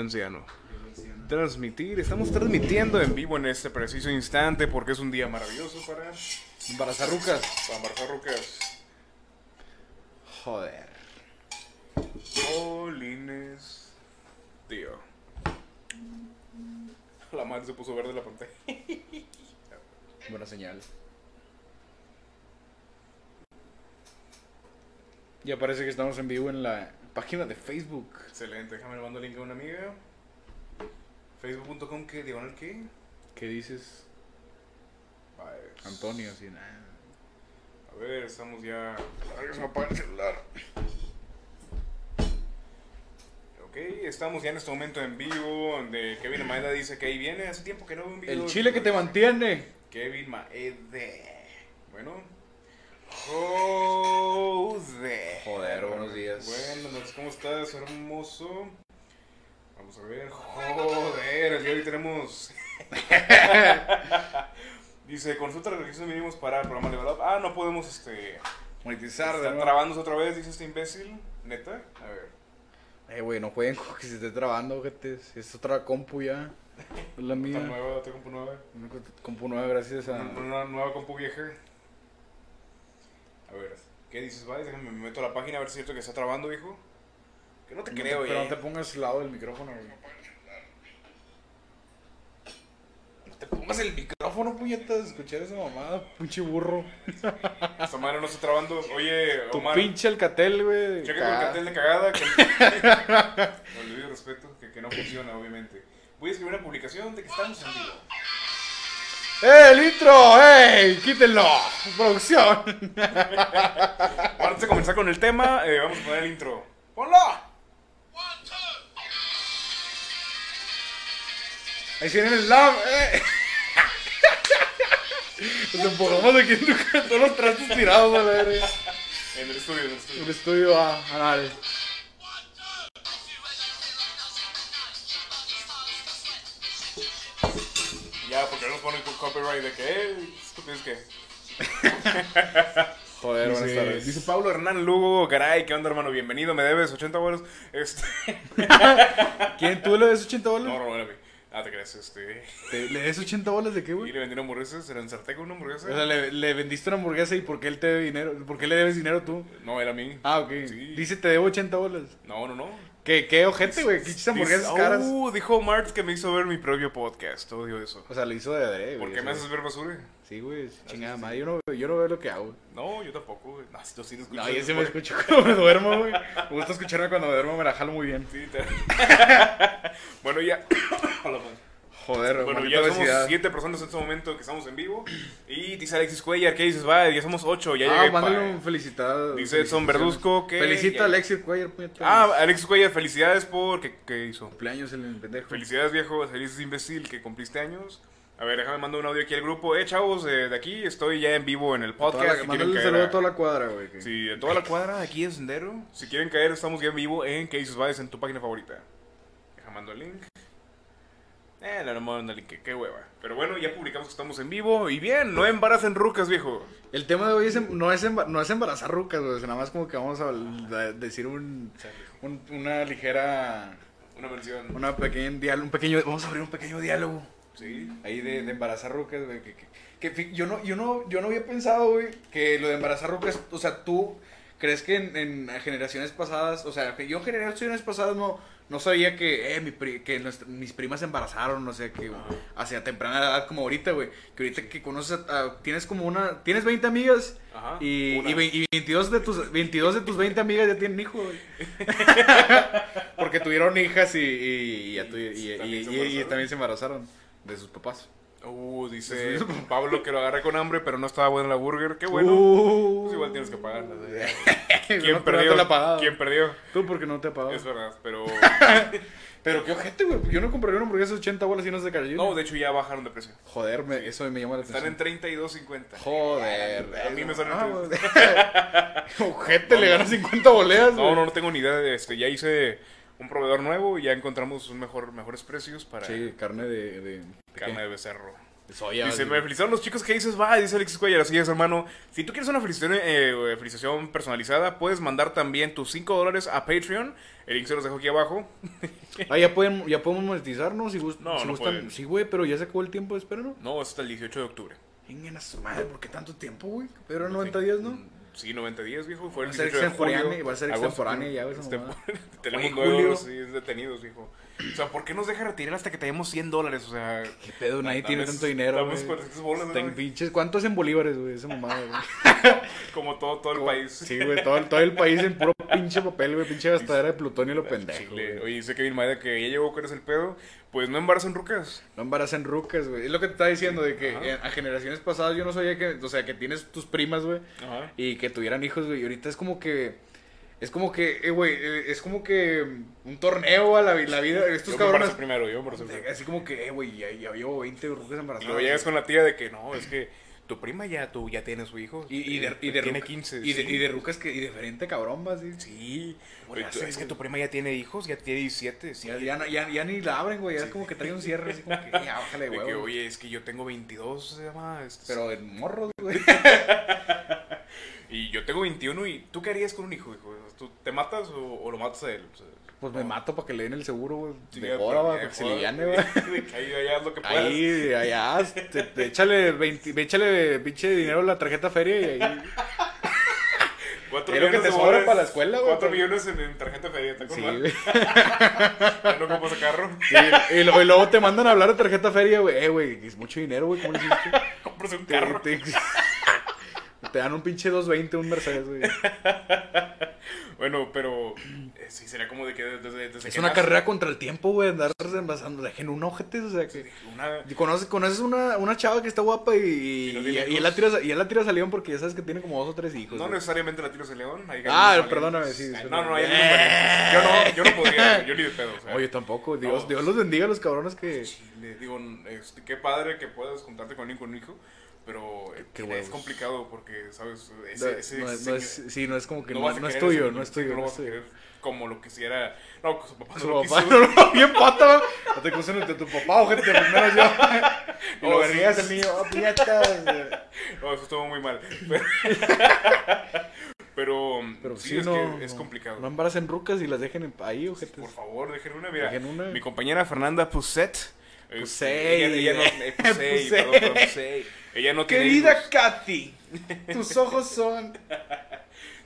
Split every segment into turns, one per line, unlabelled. anciano. Transmitir, estamos transmitiendo en vivo en este preciso instante porque es un día maravilloso para embarazar rucas. Para embarazar rucas.
Joder.
Jolines, tío. La madre se puso verde la pantalla.
Buena señal. Ya parece que estamos en vivo en la página de Facebook.
Excelente, déjame le mando el link a una amiga. Facebook.com que diagonal que.
¿Qué dices,
Pues,
Antonio? Si nada.
A ver, estamos ya. Ay, se me apaga el celular. Ok, estamos ya en este momento en vivo donde Kevin Maeda dice que ahí viene. Hace tiempo que no veo un video.
El chile que te mantiene.
Kevin Maeda. Bueno. Joder.
Joder, buenos días.
Buenas noches, ¿cómo estás, hermoso? Vamos a ver. Joder, el día de hoy tenemos. Dice, consulta los requisitos mínimos para el programa de Level Up. Ah, no podemos este.
Monetizar de
Están
nuevo.
trabándose otra vez, dice este imbécil. Neta, a ver.
Eh, güey, no jueguen con que se esté trabando, gente. Si es otra compu ya. Es la
Esta
mía.
nueva, otra compu nueva.
Una compu nueva, gracias a.
Una, una nueva compu vieja. A ver, ¿qué dices, Vale? Déjame, me meto a la página a ver si es cierto que está trabando, viejo. Que no te
No te- eh.
creo, eh.
Pero
ya.
no te pongas al lado del micrófono, güey. No te pongas el micrófono, puñetas. Escuchar esa mamada, pinche burro.
Esta madre no está trabando. Oye,
Tu
Omar,
pinche alcatel, güey.
checa con el
Cagada.
cartel de cagada. que- Con el debido respeto, que, que no funciona, obviamente. Voy a escribir una publicación de que estamos en vivo.
¡Eh, el intro! ¡Ey! ¡Quítenlo! ¡Producción!
Ahora, antes de comenzar con el tema, eh, vamos a poner el intro. ¡Ponlo!
Ahí tienen el lab, eh. Nos empujamos aquí en tu casa, todos los trastos tirados a la verga.
En el estudio, en el estudio.
El estudio a anal.
Ya, porque no nos ponen con copyright de que, eh, estupidez que.
Joder, buenas tardes.
Dice Pablo Hernán Lugo, caray, ¿qué onda, hermano? Bienvenido, me debes 80 bolos. Este.
¿Quién? ¿Tú le des 80
No,
bolas?
no, no, Ah, te crees, este.
¿Te- ¿Le des 80 bolas de qué,
Y
güey?
le vendieron hamburguesas, se le ensarté con una
O
hamburguesa.
sea, le, le vendiste una hamburguesa y ¿por qué él te debe dinero? ¿Por qué le debes dinero tú?
No, era a mí.
Ah, ok.
Sí.
Dice, te debo 80 bolas.
No, no, no.
¿Qué, qué ojete, güey? ¿Qué pinches hamburguesas
Dice-
caras?
Uh, dijo Martz que me hizo ver mi propio podcast. Odio eso.
O sea, lo hizo de adrede, güey.
¿Por qué
ese
me
güey.
haces ver basura?
Sí, güey, chingada madre. Yo no, veo- yo no veo lo que hago.
No, yo tampoco, güey. No, yo sí no escucho.
No, yo sí me escucho cuando me duermo, güey. Me gusta escucharme cuando me duermo, me la jalo muy bien.
Sí, te- bueno, ya. Hola,
pues.
man.
Joder,
Bueno,
maldita
ya somos
obesidad.
siete personas en este momento que estamos en vivo. Y dice Alexis Cuellar, ¿qué dices? Va, ya somos ocho, ya
Ah,
llegué.
mándale
pa.
un felicitado.
Dice Edson Verduzco que-
Felicita
ya-
a Alexis Cuellar, puñetas.
Ah, Alexis Cuellar, felicidades por... ¿Qué, qué hizo?
cumpleaños el pendejo.
Felicidades, viejo, feliz imbécil que cumpliste años. A ver, déjame mandar un audio aquí al grupo. Eh, chavos, eh, de aquí estoy ya en vivo en el
Toda la-
podcast. si
Mándale
quieren
un
caer
saludo
a-
a toda la cuadra, güey. que-
Sí, de toda la cuadra, de aquí es Sendero. Si quieren caer, estamos ya en vivo en que dices Vades en tu página favorita. Déjame mando el link. Eh, no, no mando el link, qué hueva. Pero bueno, ya publicamos que estamos en vivo. Y bien, no embaracen rucas, viejo.
El tema de hoy es em- no, es emba- no es embarazar rucas, güey. o sea, Nada más como que vamos a habl- a decir un, un- una ligera...
Una versión.
Una pequeña diálogo, un pequeño... Vamos a abrir un pequeño diálogo.
Sí.
Ahí de, de embarazar rucas, güey. Que, que- que fi- yo, no, yo, no, yo no había pensado, güey, que lo de embarazar rucas, o sea, tú crees que en, en generaciones pasadas, o sea, que yo en generaciones pasadas no, no sabía que, eh, mi pri- que nuestra- mis primas se embarazaron, o sea, que hacia temprana edad, como ahorita, güey. Que ahorita que conoces, a- a- tienes como una, tienes 20 amigas.
Ajá.
Y,
Una.
y, ve- y 22, de tus, 22 de tus 20 amigas ya tienen hijos, güey. Porque tuvieron hijas y, y- y ya tu- y-
Y también se
y- y- y
embarazaron.
también se embarazaron de sus papás.
Uh, dice Pablo que lo agarré con hambre, pero no estaba buena la burger. Qué bueno.
Uh.
Pues igual tienes que pagarla.
No,
¿Quién
no
perdió?
te la pagaba. Ah.
¿Quién perdió?
Tú porque no te ha pagado.
Es verdad, pero.
Pero qué ojete, güey. Yo no compraría una hamburguesa de 80 bolas y no se cayó.
No, de hecho ya bajaron de precio.
Joder, me- eso me llama la
Están
atención.
en 32.50.
Joder.
A mí me
eso-
salen
ah,
tres.
güey. Ojete, le ganas 50 boleas,
No,
güey.
no, no tengo ni idea de este. Ya hice un proveedor nuevo y ya encontramos un mejor, mejores precios para
Sí, carne de... de- ¿de
carne
qué?
de becerro.
Soya.
Dice, me
güey.
felicitaron los chicos que dices, va, dice Alexis Cuellar, así es, hermano. Si tú quieres una felicitación, eh, felicitación personalizada, puedes mandar también tus 5 dólares a Patreon. El link se los dejo aquí abajo.
Ah, ya, pueden, ya podemos monetizarnos si, gust-
No,
si
no
gustan.
pueden.
Sí, güey, pero ya se acabó el tiempo de espera, ¿no?
No, es hasta el 18 de octubre.
Vengan a su madre, ¿por qué tanto tiempo, güey? Pero eran
No sé. Mm,
90 días, ¿no?
Sí, 90 días, viejo. Fue el
Va a ser
18 de julio,
extemporáneo, va a ser
agosto,
extemporáneo ya, güey, esa
extempor-
Oye,
Tenemos
Julio.
nuevos sí, detenidos, viejo. O sea, ¿por qué nos deja retirar hasta que tenemos 100 dólares? O sea,
Qué pedo, nadie tiene
dame-
tanto dinero,
dame
güey.
400 bolas,
Está en
¿no?
pinches. ¿Cuánto es en bolívares, güey? Esa mamada, güey.
como todo, todo el país.
Sí, güey, todo, el- todo el país en puro pinche papel, güey. Pinche gastadera de plutonio y lo pendejo.
Ah, Chile.
güey.
Oye, dice Kevin Maeda que ya llegó que eres el pedo. Pues no embaracen rucas.
No embaracen rucas, güey. Es lo que te estaba diciendo, de que
Ajá.
eh, a generaciones pasadas yo no sabía que, o sea, que tienes tus primas, güey.
Ajá.
y que tuvieran hijos, güey. Y ahorita es como que. Es como que, eh, güey, eh, es como que mm, un torneo a la, vi- la vida. Estos
yo me
cabrones.
embaracé primero, yo me embaracé primero.
Así como que, eh, güey, ya, ya llevo 20 rucas
Y
embarazadas.
luego llegas con la tía de que no, es que tu prima ya, tú ya tiene su hijo.
Y, y de, y de
Tiene
ruca-
15.
Y de,
sí.
y de rucas que. Y de frente, cabrón, va así.
Sí.
¿Cómo le
Oye, tú-
haces,
es que
güey?
tu prima ya tiene hijos, ya tiene 17. Sí.
Ya, ya, no- ya- ya ni la abren, güey. Ya es como que trae un cierre. Así como que, ya, bájale,
de
güey.
que, oye, es que yo tengo 22, se llama. este,
Pero en morros, güey.
Y yo tengo 21 y ¿tú qué harías con un hijo, hijo? ¿Tú te matas o, o lo matas a él? O sea,
Pues me mato para que le den el seguro, güey.
sí,
de
ya,
joda,
pero-
güey.
ya,
Para que se
joda,
liviane,
de-
güey.
de que Ahí allá haz lo que puedas.
Ahí, allá, te- te- échale 20, échale pinche dinero a la tarjeta feria y ahí.
Cuatro
Es lo que
millones
te
de
sobra
dólares,
para la escuela, güey.
4 millones en, en tarjeta de feria, ¿está con
Sí,
madre?
güey.
Ya no compras carro,
Sí, y, lo- y luego te mandan a hablar de tarjeta feria, güey. Eh, güey, es mucho dinero, güey. ¿Cómo lo hiciste?
compras un
Te,
carro.
te- te dan un pinche 220, un Mercedes, güey.
Bueno, pero eh, sí, sería como de que desde, desde
Es
que
una
naces,
carrera contra el tiempo, güey. Andar envasando. Dejen un ojete, o sea que.
Una,
y Conoces, conoces una, una chava que está guapa y, y,
Y no tiene
y ya la tiras, y ya la tiras al león porque ya sabes que tiene como dos o tres hijos.
no
güey.
necesariamente la tiras de león. hay
Ah,
algunos
perdóname,
valientes.
sí,
Ah,
perdóname.
No, no, hay algunos valientes. Yo no, yo no podría, yo ni de pedo. o sea.
Oye, tampoco. Dios,
No.
Dios los bendiga a los cabrones que.
Chile, digo, este, qué padre que puedas juntarte con alguien con un hijo, pero eh,
qué
es
huevos.
complicado porque, ¿sabes?
No,
Ese, ese
no, no
señor-
es, sí, no es como que.
no
No,
vas a
no es
querer ese
tuyo,
niño,
no es tuyo.
no
No
vas
es
a
tuyo.
querer como lo quisiera. No, que su papá
Su
no lo
papá,
quiso.
no, no, bien pata, güey. No te crucen entre tu papá, ojete, primero yo. Y lo
Oh,
vergas
sí.
el niño, eh. oh, puñetas. güey.
No, eso estuvo muy mal. Pero, pero,
Pero
sí,
sí,
es,
no,
que es
no.
complicado.
No embaracen rucas y las dejen en- ahí, ojete.
Por favor, dejen una, mira.
Dejen una.
Mi compañera Fernanda Pusset. eh,
Pusey.
Ella, ella no, eh,
Pues,
Pusey,
Pusey.
perdón, perdón, Pusey. Ella no tiene hijos.
Katy, tus ojos son.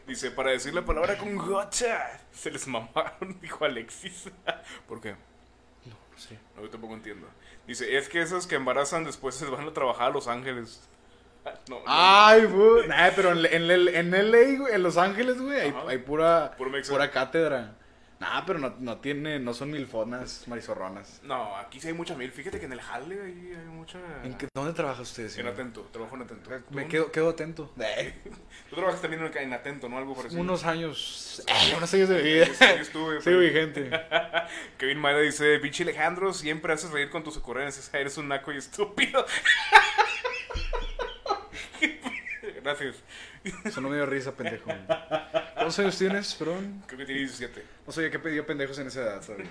Dice, para decir la palabra con gotcha. Se les mamaron, dijo Alexis. ¿Por qué?
Sí.
No, yo tampoco entiendo. Dice, es que esas que embarazan después se van a trabajar a Los Ángeles. No, no,
Ay, güey. Nah, pero en, en, en LA, güey, en Los Ángeles, güey, hay,
Ajá.
hay pura,
Puro mexo.
pura cátedra. Nah, pero no, no tiene, no son milfonas, marizorronas.
no, aquí sí hay mucha mil. Fíjate que en el Halle ahí hay mucha...
¿En qué, ¿Dónde trabaja usted,
En
señor?
Atento, trabajo en Atento.
Me
¿Tú?
quedo, quedo atento.
Tú trabajas también en- en Atento, ¿no? Algo parecido.
Unos años. eh, unos años de
Yo
vida.
estuve,
Sigo vigente.
Kevin Maeda dice, pinche Alejandro, siempre haces reír con tus ocurrencias, eres un naco y estúpido. Gracias.
Solo me dio risa, pendejo. ¿Cuántos años tienes, perdón?
Creo que tiene 17.
No sabía que pedía pendejos en esa edad. sorry.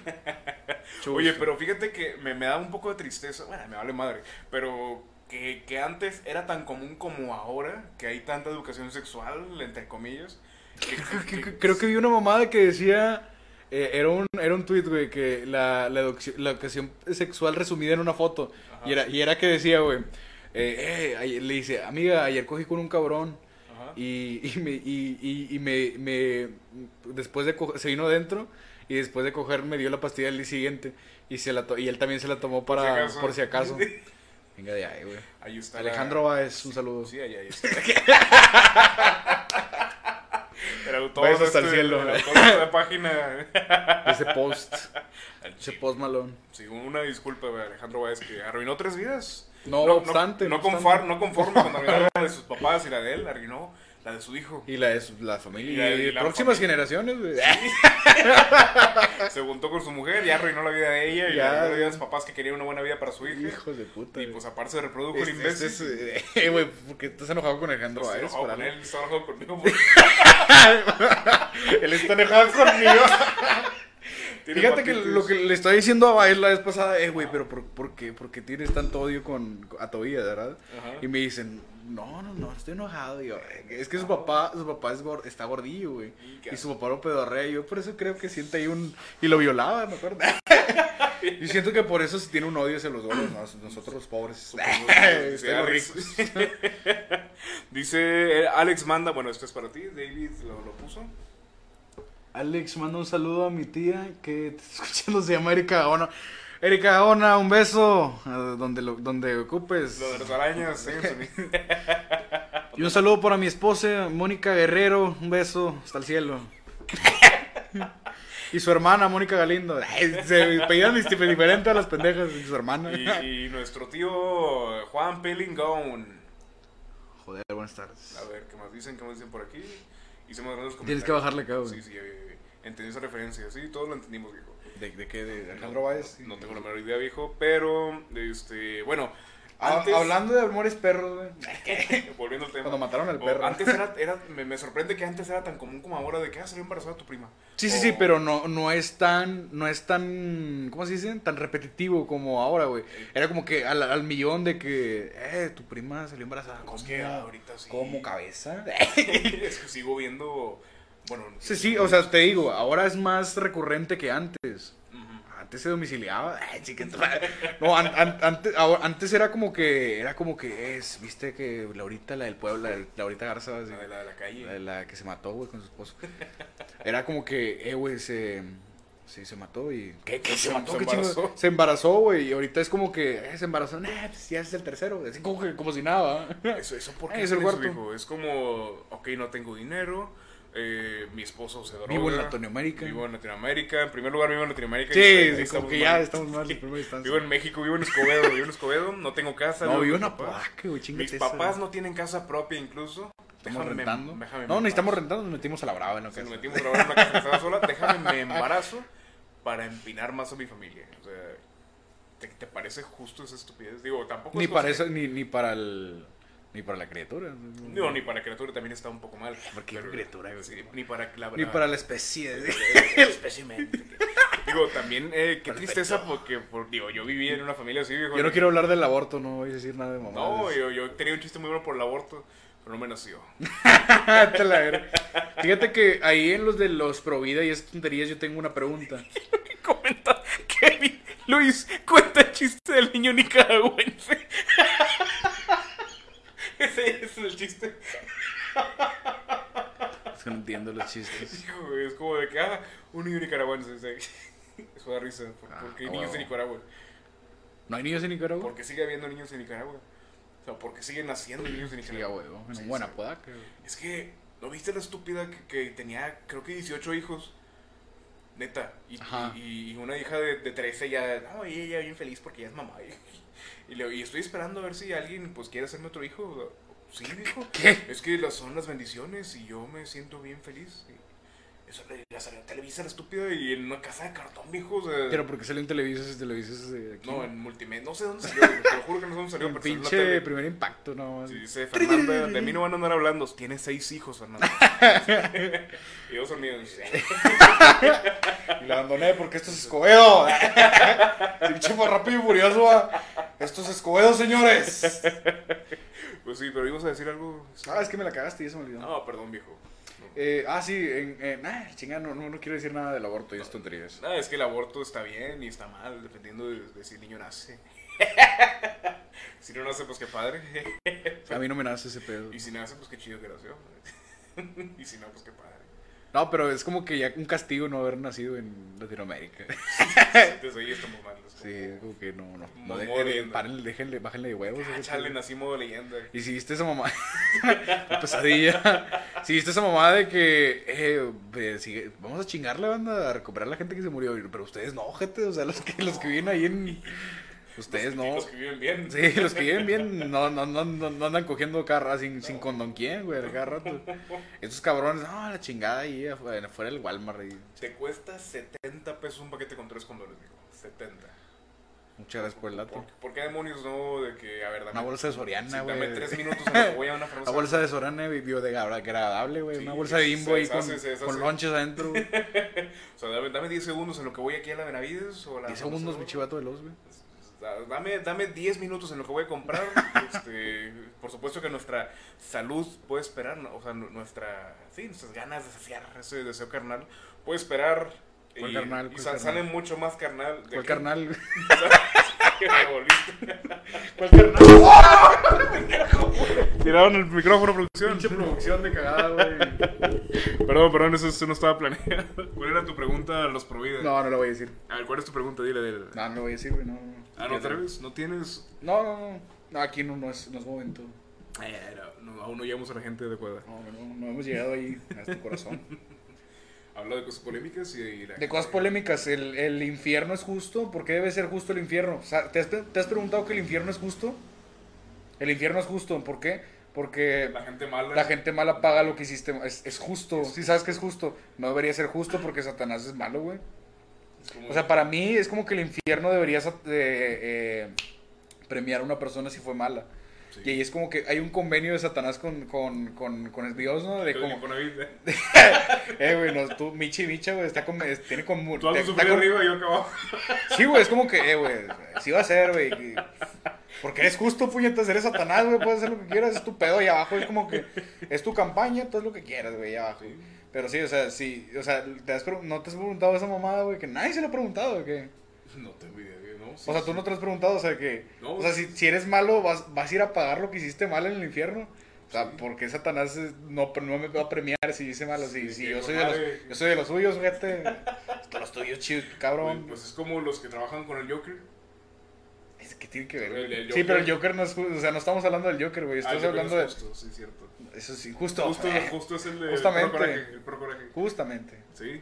Mucho
Oye,
gusto.
pero fíjate que me, me da un poco de tristeza, bueno, me vale madre, pero que, que antes era tan común como ahora, que hay tanta educación sexual, entre comillas. que-
Creo que- Creo que vi una mamada que decía. eh, era, un, era un tweet, güey, que la, la, educación, la educación sexual resumida en una foto.
Ajá.
Y era, y era que decía, güey. eh, eh, ayer- le dice, amiga, ayer cogí con un cabrón.
Ajá.
Y, y me, y, y- y me, me- después de co- se vino adentro y después de coger me dio la pastilla del día siguiente y se la to- y él también se la tomó para por si acaso. Venga de ahí, güey.
Ahí está. la-
Alejandro Báez, un saludo.
Sí, ahí, ahí está. El autor
Besos
de este-
al cielo.
el autor de la página.
Ese post,
Al
ese
chile.
post malón.
Sí, una disculpa, güey, Alejandro Báez, que arruinó tres vidas.
No, obstante,
No,
no obstante.
confar- no conforme con arruinar la de sus papás y la de él, arruinó la de su hijo.
Y la de su- la familia
Y la-
y,
y la
próximas
familia.
generaciones, güey. Ah,
Se juntó con su mujer, ya arruinó la vida de ella y
Ya.
arruinó la vida de sus papás que querían una buena vida para su hija.
Hijos de puta.
Y
güey.
pues aparte se reprodujo el
Este-
imbécil.
este es- eh, güey, porque estás enojado con Alejandro
Se
Báez.
enojó
para
con
nada.
él, se enojó conmigo. porque-
Él está enojado conmigo.
Tiene
Fíjate que
hepatitis.
lo que le estoy diciendo a Baez la vez pasada es, güey, pero por, por qué, por qué tienes tanto odio con, a Tobías, verdad?
Ajá.
Y me dicen, no, no, no, estoy enojado. Y yo, es que su papá, su papá es gor- está gordillo, güey.
Y que-
Y su papá lo pedorrea. y Yo por eso creo que siente ahí un. Y lo violaba, me acuerdo. y siento que por eso se tiene un odio hacia los gordos. ¿no? Nosotros los pobres.
Dice
Estamos
Alex.
ricos.
Dice eh, Alex Manda, bueno, esto es para ti, David lo, lo puso.
Alex, manda un saludo a mi tía que te está escuchando. Se llama Erika Gaona. Erika Gaona, un beso. a Donde, lo, donde ocupes.
Lo de las arañas, eh,
Y un saludo para mi esposa, Mónica Guerrero. Un beso hasta el cielo. Y su hermana, Mónica Galindo. Ay, Se pedían diferente a las pendejas y su hermana.
y, y nuestro tío Juan Pelingón.
Joder, buenas tardes.
A ver, ¿qué más dicen? ¿Qué más dicen por aquí? Hicimos grandes comentarios.
Tienes que bajarle acá, güey.
Sí, sí, eh, entendí esa referencia. Sí, todos lo entendimos, viejo.
¿De, de qué? ¿De
Alejandro No tengo la menor idea, viejo, pero, este, bueno, antes-
Ah, Hablando de amores perros, güey.
volviendo al tema.
Cuando mataron al
O
perro.
Antes era, era me, me sorprende que antes era tan común como ahora de que, ah, salió embarazada tu prima.
Sí, sí,
O-
sí, pero no, no es tan, no es tan, ¿cómo se dice? Tan repetitivo como ahora, güey. Era como que al, al millón de que, eh, tu prima salió embarazada.
Pues que ahorita sí.
¿Cómo cabeza?
es que sigo viendo, bueno.
Sí, sí, o sea, te digo, ahora es más recurrente que antes.
ujú.
Antes se domiciliaba. Ay, sí que tu madre. No, an- an- antes, ahora- antes era como que, era como que es, viste que Laurita, la del pueblo, la, del- Laurita Garza, así,
La de la, de la calle.
la, de la que se mató, güey, con su esposo. Era como que, eh, güey, se, sí, se mató y... ¿Qué? ¿Qué?
Se- se
¿Qué chingados?
embarazó.
Se embarazó, güey, y ahorita es como que eh, se embarazó, nah, pues ya es el tercero, así como, que- como si nada. ¿verdad?
Eso, eso porque
Eh, es el cuarto.
Es como, ok, no tengo dinero, eh, mi esposo se droga.
Vivo en Latinoamérica.
Vivo en Latinoamérica. En primer lugar, vivo en Latinoamérica.
Sí,
y ahí
es como
estamos
que
mal.
ya estamos mal en primera instancia.
Vivo en México, vivo en Escobedo, vivo en Escobedo, no tengo casa.
No, vivo en Ah,
con mi papá.
Apodaca, güey, chingate
Mis
esa,
papás
güey.
no tienen casa propia incluso.
Estamos
Déjame me-
rentando.
déjame me
no, necesitamos
embarazo.
rentando, nos metimos a la brava en lo
O sea,
que
nos metimos a grabar en una casa que estaba sola. Déjame me embarazo para empinar más a mi familia. O sea, ¿te, te parece justo esa estupidez? Digo, tampoco
ni
es cosa
para
que-
eso, ni, ni para el ni para la criatura.
Digo, ni para criatura también está un poco mal.
¿Por qué
Pero-
criatura, güey?
sí, ni para la
Ni para la especie.
espécimen. Digo, también, eh, qué
Perfecto.
tristeza porque, por- digo, yo viví en una familia así, viejo.
Yo no quiero hablar del aborto, no voy a decir nada de mamá.
No, yo, yo tenía un chiste muy bueno por el aborto, pero no me nació.
Ah, Fíjate que ahí en los de los Provida y esas tonterías yo tengo una pregunta.
Comenta Kevin Luis cuenta el chiste del niño nicaragüense.
Ese ese es el chiste.
Es que no entiendo los chistes.
Hijo, güey, es como de que, ah, un niño nicaragüense. sí. Eso da risa. ¿Por,
Ah,
por qué
a
niños
huevo.
en Nicaragua?
¿No hay niños en Nicaragua?
¿Por qué sigue habiendo niños en Nicaragua? O sea, ¿por qué siguen naciendo niños en
Sí, a
Nicaragua?
huevo. En
Sí,
buena
sí.
podaca.
Es que, ¿no viste la estúpida que, que tenía, creo que 18 hijos? Neta. Y,
Ajá.
y- y una hija de, de 13 ya, no, y ella bien feliz porque ella es mamá. Y, y, le- y estoy esperando a ver si alguien pues quiere hacerme otro hijo. Sí, dijo.
¿Qué?
Es que las son las bendiciones y yo me siento bien feliz. Y eso le la salió en Televisa la estúpida y en una casa de cartón, viejo. o sea,
Pero porque salió en televisores si televisores de aquí?
no, en multimedia. No sé dónde salió, güey, te lo juro que no sé dónde salió.
Un
pero salió en la
pinche
tele.
primer impacto, no.
Sí, dice Fernanda, de mí no van a andar hablando, tiene seis hijos, Fernanda. y dos son míos.
Y la abandoné porque esto es Escobedo. Pinche fue rápido y furioso. ah. Esto es Escobedo, señores.
Pues sí, pero ibas a decir algo.
Ah, es que me la cagaste y eso me olvidó.
No, perdón, viejo.
Eh, ah, sí, en, en- ah, chingada, no, no, no quiero decir nada del aborto y esas tonterías.
Nada, Ah, es que el aborto está bien y está mal, dependiendo de, de si el niño nace. si no nace, pues qué padre.
A mí no me nace ese pedo.
Y si nace, pues qué chido que nació. y si no, pues qué padre.
No, pero es como que ya un castigo no haber nacido en Latinoamérica.
Desde ahí estamos mal. es
Sí, es como que no, no. no
Mamó
de-
bien, ¿no?
párenle, déjenle, bájenle de huevos.
como,
ese
"Ah, chale,
pedo.
nacimos leyenda.
Y si viste esa mamá, pesadilla. Si viste esa mamá de que eh, eh, sigue- vamos a chingar la banda, a recuperar a la gente que se murió. Pero ustedes no, gente, o sea, los que, los que viven ahí en. Ustedes no.
Los que viven bien.
Sí, los que viven bien no, no, no, no, no andan cogiendo cada rato sin, sin condón quién, güey, cada rato. Estos cabrones, no, la chingada ahí afuera, afuera del Walmart. ahí.
Te cuesta 70 pesos un paquete con tres condones, digo. 70.
Muchas gracias por el dato.
¿Por, por qué demonios no? De que, a ver, dame,
Una bolsa de
sí,
Soriana, güey.
dame tres minutos en lo que voy a una
Una
famosa.
bolsa de Soriana biodegradable, güey.
Sí,
Una bolsa de
se
Bimbo ahí con,
deshace, se deshace.
con lonches adentro. güey.
O sea, dame, dame 10 segundos en lo que voy aquí a la Benavides o a la...
10 segundos, mi chivato de los, güey.
Da- Dame, dame 10 minutos en lo que voy a comprar. Este, por supuesto que nuestra salud puede esperar, ¿no? o sea, nu- nuestra, sí, nuestras ganas de saciar ese deseo carnal puede esperar.
¿Cuál
y
carnal?
y
¿Cuál
sa-
carnal?
sale mucho más carnal. de
¿Cuál
aquí.
carnal? güey?
Me volviste.
¿Cuál carnal?
Tiraron el micrófono, producción.
Pinche producción de cagada, güey.
Perdón, perdón, eso, eso no estaba planeado. ¿Cuál era tu pregunta a los providas?
No, no lo voy a decir.
A ver, ¿cuál es tu pregunta? Dile, dile. dile.
No, no lo voy a decir, güey. No, no, no.
Ah, ¿no te atreves? ¿No tienes?
No, no, no. No, aquí no, no, es, no es momento.
Eh, no, no, aún no llegamos a la gente adecuada.
No, no, no hemos llegado ahí a tu corazón.
Habla de cosas polémicas y de... la
De cosas
gente-
polémicas, ¿el, el infierno es justo? ¿Por qué debe ser justo el infierno? O sea, ¿te, has, pe- te has preguntado que el infierno es justo? El infierno es justo, ¿por qué? Porque
La gente mala.
la gente mala paga lo que hiciste. Es, es justo, si sabes que es justo. No debería ser justo porque Satanás es malo, güey.
Es como-
O sea, para mí es como que el infierno debería sa- de, eh, premiar a una persona si fue mala.
Sí.
Y ahí es como que hay un convenio de Satanás con, con, con, con el Dios, ¿no? De
Pero ni
como,
Infonavit, ¿eh?
eh, güey, no, tú, Michi Micha, güey, está con, es- tiene como...
Tú has
está-
sufrido
está con-
arriba y yo acá abajo.
Sí, güey, es como que, eh, güey, sí va a ser, güey. que- Porque eres justo, puñetas, eres Satanás, güey, puedes hacer lo que quieras, es tu pedo ahí abajo, es como que es tu campaña, tú haz lo que quieras, güey, ahí abajo. Pero Ah, sí, o sea, sí, o sea, ¿te has pregun- ¿no te has preguntado esa mamada, güey? Que nadie se lo ha preguntado, güey, que...
No tengo idea, güey, no. sí,
O sea, tú
sí.
no te lo has preguntado, o sea, que...
No.
o sea, si, si eres malo, vas, vas a ir a pagar lo que hiciste mal en el infierno. O sea,
Sí.
¿por qué Satanás es- no, no me va a premiar si hice malo? Si,
Sí,
si
que
yo,
lo
soy de los,
madre.
yo soy de los suyos, fíjate. Hasta los tuyos, chido, cabrón.
Güey, Pues es como los que trabajan con el Joker.
Es que tiene que ver.
El- el
güey.
Joker.
sí, pero el Joker no es justo. O sea, no estamos hablando del Joker, güey.
Ah, el
Estamos
Joker
hablando
es
de.
justo, sí, cierto.
Eso es injusto.
Justo,
güey.
justo es el de
Justamente.
El pro coraje, el pro coraje.
Justamente.
Sí.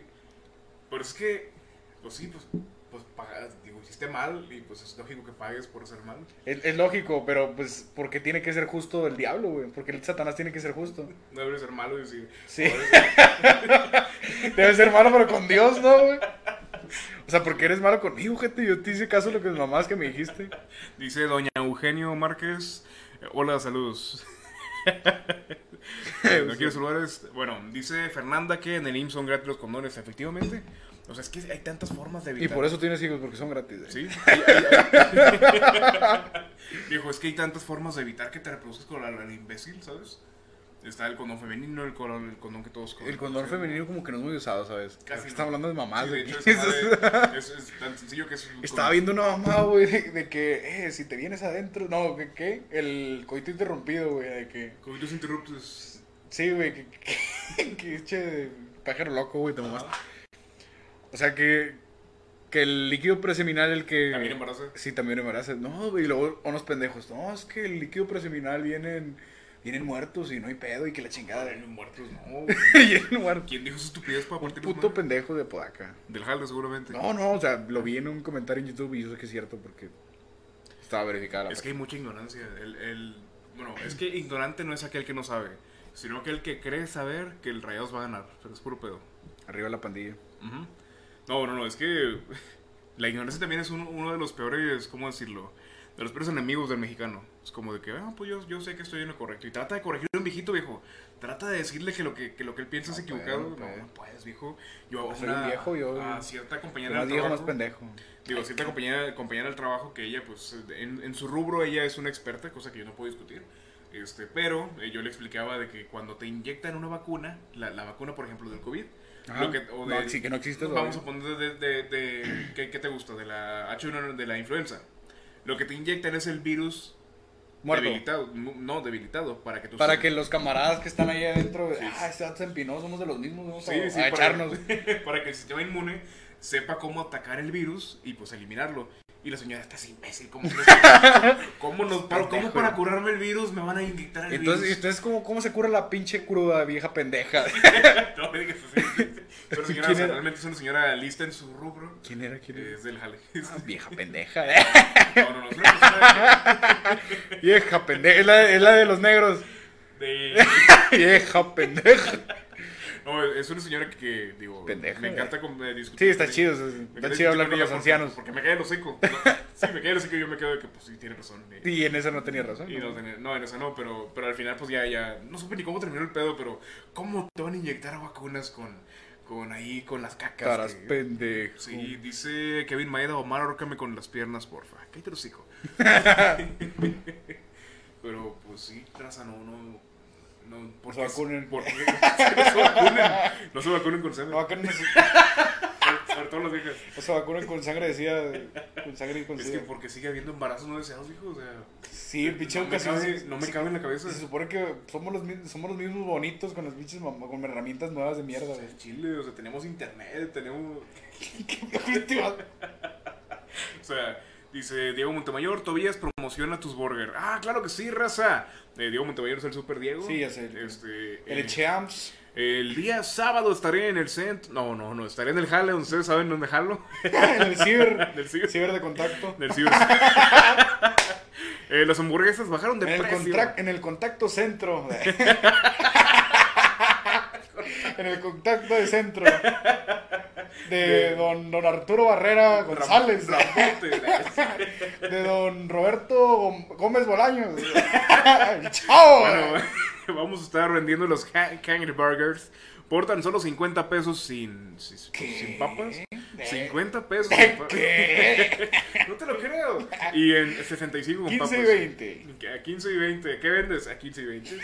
Pero es que, pues sí, pues, pues pagas, digo, hiciste mal y pues es lógico que pagues por hacer mal.
Es, es lógico, pero pues, ¿por qué tiene que ser justo el diablo, güey? Porque el Satanás tiene que ser justo.
No debería ser malo y decir,
Sí.
ahora sí,
Debe ser malo, pero con Dios, ¿no, güey? O sea, porque eres malo conmigo, gente. Yo te hice caso a lo que mis mamás que me dijiste.
Dice doña Eugenio Márquez, eh, hola, saludos. Eh, no quiero celulares. Bueno, dice Fernanda que en el IMSS son gratis los condones, efectivamente. O sea, es que hay tantas formas de
Y
evitar.
por eso tienes hijos, porque son gratis. güey.
Sí. hay- hay- Dijo, es que hay tantas formas de evitar que te reproduzcas con el, el imbécil, ¿sabes? Está el condón femenino, el condón, el condón que todos
El condón
conocen.
femenino como que no es muy usado, ¿sabes?
Casi
Estamos
no.
hablando de mamás.
Sí, de
güey.
hecho, esa madre es, es tan sencillo que es. un
Estaba
condón.
viendo una mamá, güey, de, de que, eh, si te vienes adentro, no, que, ¿qué? El coito interrumpido, güey, de que,
Coitus interruptus.
sí, güey, que, que, que che, pájaro loco, güey, te mamaste.
Ajá.
O sea, que, que el líquido preseminal, el que...
También embaraza.
Sí, también embarazas. No, güey, y luego unos pendejos, no, es que el líquido preseminal vienen, vienen muertos y no hay pedo y que la chingada...
Ay, Muertos, no. güey.
vienen muertos.
¿Quién dijo esa estupidez para partir los
Puto
madres?
pendejo de Podaca.
Del Halde, seguramente.
No, no, o sea, lo vi en un comentario en YouTube y yo sé que es cierto porque estaba verificada la
Es que hay mucha ignorancia. El, el- bueno, es que ignorante no es aquel que no sabe, sino aquel que cree saber que el Rayados va a ganar. Pero es puro pedo.
Arriba la pandilla.
Ujú. No, no, no, es que la ignorancia también es uno, uno de los peores, ¿cómo decirlo? De los peores enemigos del mexicano. Es como de que, ah, pues yo, yo sé que estoy en lo correcto. Y trata de corregir a un viejito, viejo. Trata de decirle que lo que, que lo que él piensa
No
es
puedo,
equivocado.
no
no,
puedo.
no puedes, viejo. Yo a
Soy un
una-
viejo, yo-
a cierta compañera
Más
del
viejo, más
trabajo-
pendejo.
Digo, cierta compañera, compañera del trabajo que ella, pues, en, en su rubro ella es una experta, cosa que yo no puedo discutir. Este, pero eh, yo le explicaba de que cuando te inyectan una vacuna, la, la vacuna, por ejemplo, del COVID,
Ajá.
lo que, o
No,
de-
sí, que no existe
Vamos
todavía.
a poner de, de, de- ¿qué, qué te gusta? De la H1 de la influenza. Lo que te inyectan es el virus
Muerto.
debilitado, mu- no debilitado, para que tú
Para que los camaradas que están ahí adentro,
Sí.
ah, este dato se empinó, somos de los mismos, vamos
Sí,
a,
sí,
a
para-
echarnos.
para que el sistema inmune sepa cómo atacar el virus y pues eliminarlo. Y la señora, estás imbécil, ¿cómo, crees que- cómo, nos- pero cómo
Pendejo.
para curarme el virus me van a inyectar el
Entonces, ¿y
virus?
ustedes cómo, cómo se cura la pinche cruda vieja pendeja?
No me digas así. Pero señora,
¿Quién
o sea,
era?
realmente es una señora lista en su rubro.
¿Quién era? ¿Quién era?
Es del jale.
Ah, vieja pendeja. eh.
No, no, no, es una persona
vieja pendeja. Es la, es la de los negros.
de-
vieja pendeja.
No, es una señora que, que, digo,
Pendeja,
me
güey.
encanta con- eh, discutir.
Sí, está
Me-
chido.
me
Está
encanta
chido hablar
discutir
con los
ella
ancianos.
Porque, porque me cae los hocico. sí, me cae los hocico y yo me quedo de que, pues sí, tiene razón. eh.
Y en esa no tenía razón.
Y
¿no?
no, tenía- no, en esa no, pero, pero al final pues ya, ya, no supe ni cómo terminó el pedo, pero ¿cómo te van a inyectar vacunas con, con ahí, con las cacas?
Caras
que-
pendejo.
Sí, dice Kevin Maeda, Omar, ahorcame con las piernas, porfa. Cállate el hocico. Pero, pues sí, traza, no, no... No,
se vacunen.
por- no se vacunen. No se vacunen con semen.
No, acá no se,
sobre- sobre todo las viejas.
o sea, vacunan con sangre, decía. Con sangre y con
Es que
sida.
porque sigue habiendo embarazos no deseados, hijo. O sea,
Sí, pinche
no me,
educación.
cabe, no me
se-
cabe en la cabeza.
Se supone que somos los, mi- somos los mismos bonitos con las pinches mam- con herramientas nuevas de mierda,
O sea,
güey.
en Chile, o sea, tenemos internet, tenemos... O sea, dice Diego Montemayor, Tobías promociona tus burger. Ah, claro que sí, raza. Eh, Diego Montemayor es el super Diego.
Sí, ya sé.
Este,
El
eh,
Echeams.
el día sábado estaré en el centro. No, no, no, estaré en el Hale, ustedes saben dónde jalo.
El Ciber.
Del ciber.
Ciber de contacto.
Del ciber. Eh, las hamburguesas bajaron de
En el,
precio.
contrac- en el contacto centro. en el contacto de centro. De
De-
don, don Arturo Barrera
Ram-
González.
Ramote, la-
De don Roberto Gom- Gómez Bolaños. ¡Chao!
Bueno, vamos a estar vendiendo los ca- Kangri Burgers por tan solo 50 pesos sin, sin, sin papas. 50 pesos. sin papas.
¿Qué?
No te lo creo. Y en 65 con
15 y
papas.
20.
A 15 y 20. ¿Qué vendes? A 15 y 20.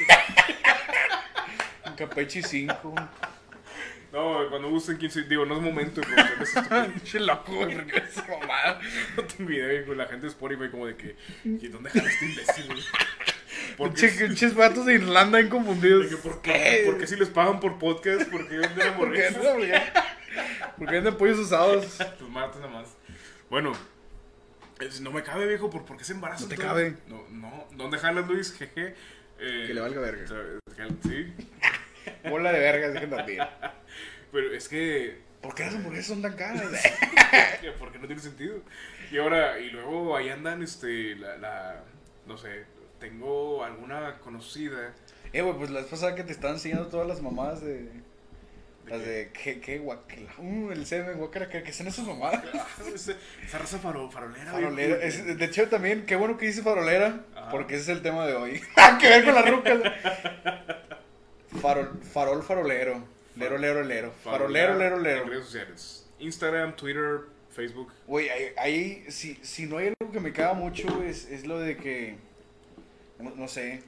Un Campeche 5.
No, cuando gusten 15. Digo, no es momento. pero no es estúpido.
Pinche loco, güey, porque es mamada.
No tengo idea. Con la gente de Spotify, como de que. ¿Y dónde jala este imbécil? güey? ¿Por qué,
Pinche pinches vatos de Irlanda bien
de
confundidos.
que por, qué? ¿Por qué si les pagan por podcast? ¿Por qué venden
¿Por qué?
hamburguesas?
Porque venden pollos usados.
Pues mata nada más. Bueno. es- No me cabe, viejo, ¿por, por qué se embaraza?
No te
todo?
cabe.
No, no. ¿Dónde jalas, Luis? Jeje. Eh,
Que le valga verga.
o sea, Sí.
Bola de vergas, dejen dormir.
Pero es que
¿Por qué las hamburguesas son tan caras?
Que Porque no tiene sentido. Y ahora, y luego ahí andan, este, la, la- no sé, tengo alguna conocida.
eh, güey, pues la vez pasada que te estaban enseñando todas las mamadas de. Las de. ¿Qué, qué, guacala? Uh, el semen, guacala, ¿qué, qué son esas mamadas?
Esa, esa raza faro- farolera. Ah, güey.
Farolera. es- de hecho, también, qué bueno que dice farolera,
Ajá.
porque ese es el tema de hoy. Ah, que ver con las rucas. Farol, farol, farolero. Lero, lero, lero. Farolero, lero,
En
lero.
redes sociales. Instagram, Twitter, Facebook.
Güey, ahí, ahí si, si no hay algo que me caga mucho, güey, es, es lo de que. No, no sé.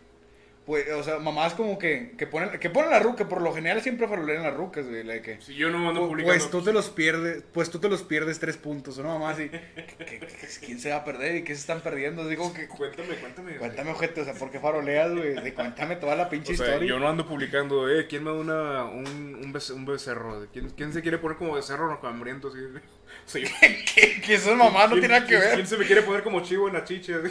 Pues, o sea, mamás como que, que ponen que ponen la ruca, por lo general siempre farolean las rucas, güey, la de que.
Si yo no ando
"Pu-
publicando.
Pues tú te los pierdes, pues tú te los pierdes tres puntos, ¿o no, mamá? Así, "¿Qué- qué- qué- ¿Quién se va a perder y qué se están perdiendo? Digo que.
Cuéntame, cuéntame.
Cuéntame, ojete, o sea, ¿por qué faroleas, güey? De Cuéntame toda la pinche
O sea,
historia.
yo no ando publicando, eh, ¿quién me da una, un, un, bece- un becerro? ¿Quién, ¿Quién se quiere poner como becerro hambriento? Así? O sea, yo-
Que, que eso, mamá, no
¿Quién-
tiene nada que
quién-
ver.
¿Quién se me quiere poner como chivo en la chicha?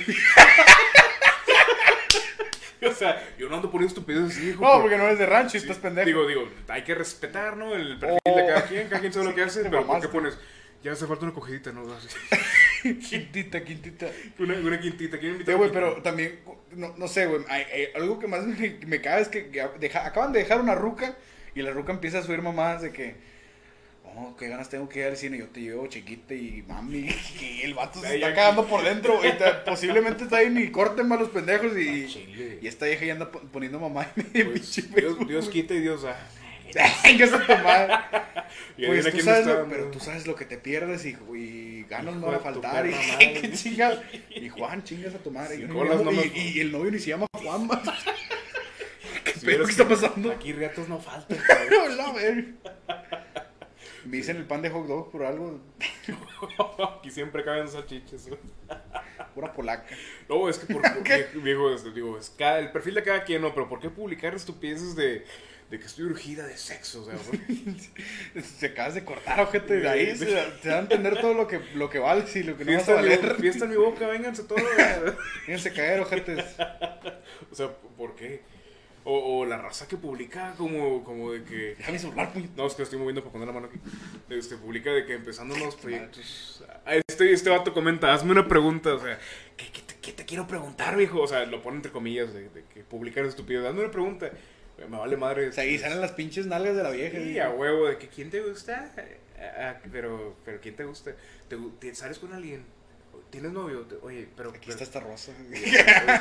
o sea, yo no ando poniendo estupideces así, hijo.
No, porque no eres de rancho y
sí,
estás pendejo.
Digo, digo, hay que respetar, ¿no? El perfil de
Oh.
cada quien, cada quien sabe lo que hace,
te
pero ¿por qué
mamaste.
pones? Ya hace falta una cogidita, ¿no? Así,
quintita, quintita.
Una, una quintita, ¿quién invita?
Eh, güey, pero también, no, no sé, güey, hay- hay algo que más me, me caga es que ya deja- acaban de dejar una ruca y la ruca empieza a subir mamadas de que, oh, qué ganas tengo que ir al cine, yo te llevo chiquita y mami, y el vato se
Ay,
está
ya-
cagando por dentro, güey, ta- posiblemente está ahí ni corten malos pendejos y,
Ah, Chile.
y esta vieja ya anda po- poniendo mamá en mi
Pues,
pinche
Dios,
Facebook.
Dios quita y Dios da.
Ay, que se toma.
Y adivina
Pues tú
quién
sabes,
está
lo-
dando.
pero tú sabes lo que te pierdes y, y ganas no
Hijo
van a
de tu
faltar. Y,
perra madre.
qué chingas. Y Juan, chingas a tu madre.
Sin
Yo ni
colas
me
no
llamo-
me-
y, y el novio ni se llama Juan. ma. ¿Qué
Si
pedo
vieras
que está pasando?
Aquí reatos no faltan.
Hola, ver. Me dicen el pan de hot dog por algo,
Aquí siempre caben salchichas, güey.
pura polaca.
No, es que por, por- vie- viejo, este, digo, es cada- el perfil de cada quien, no, pero ¿por qué publicar estupideces de, de que estoy urgida de sexo? O sea, por-
Se acabas de cortar, ojete, de ahí se, se va a entender todo lo que, lo que vales y lo que no vas
fiesta,
a
en mi, bo-
valer.
fiesta en mi boca, vénganse todos.
Fíjense caer, ojetes.
o sea, ¿por qué? O, o la raza que publica como, como de que...
Déjame celular, puñet.
No, es que estoy moviendo para poner la mano aquí. Este, publica de que empezando nuevos proyectos. Ah, Este, este vato comenta, hazme una pregunta, o sea, ¿qué, qué te, qué te quiero preguntar, viejo? O sea, lo pone entre comillas de, de que publicar estupidez, hazme una pregunta. Güey, Me vale madre. este,
O sea, y salen las pinches nalgas de la vieja.
Sí,
güey.
a huevo, de que quién te gusta, Ah, ah, pero, pero quién te gusta, ¿Te, gu- te- sales con alguien, tienes novio, Te- oye, pero...
Aquí
pero-
está esta rosa. güey.
Oye,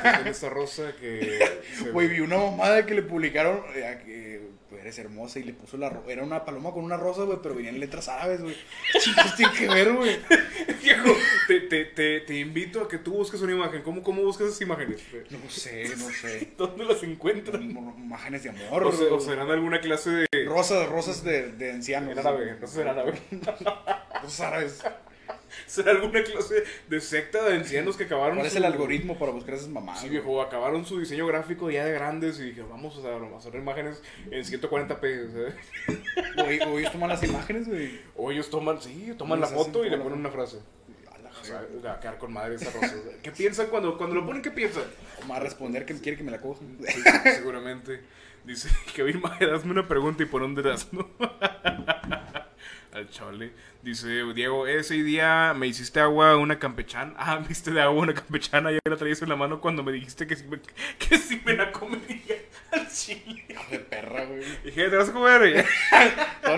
Tienes esta rosa que... se-
Güey, vi una mamada que le publicaron. eh, a que, pues, eres hermosa y le puso la rosa. Era una paloma con una rosa, güey, pero venían letras árabes, güey. Chicos, tiene que ver, güey.
Viejo, te, te, te, te invito a que tú busques una imagen, ¿cómo, cómo buscas esas imágenes?
No sé, no sé.
¿Dónde las encuentras?
Im- Imágenes de amor,
O, se- o
güey.
serán alguna clase de...
Rosas, rosas de, de ancianos.
En árabe, no será árabe.
Rosas árabes.
¿Será alguna clase de secta de ancianos que acabaron...
¿Cuál es
su-
el algoritmo para buscar esas mamadas?
Sí,
güey?
viejo, acabaron su diseño gráfico ya de grandes y dije, vamos a hacer, vamos a hacer imágenes en 140p. o sea.
Hoy, hoy toman las imágenes, güey.
O ellos toman, sí, toman la
Les hacen
foto y le
cola.
ponen una frase.
A la
O sea, va a quedar con madre esa rosa. O sea, ¿Qué piensan cuando, cuando lo ponen? ¿Qué piensan?
Vamos a responder que quiere que me la coja.
Sí, seguramente. Dice, Kevin Maeda, hazme una pregunta y pon un durazno. Al chole. Dice, Diego, ese día me hiciste agua una campechana. Ah, me hiciste de agua una campechana. Ya la traías en la mano cuando me dijiste que si me, que si me la comería al chile.
Hijo de perra, güey.
Dije, te vas a comer.
Toda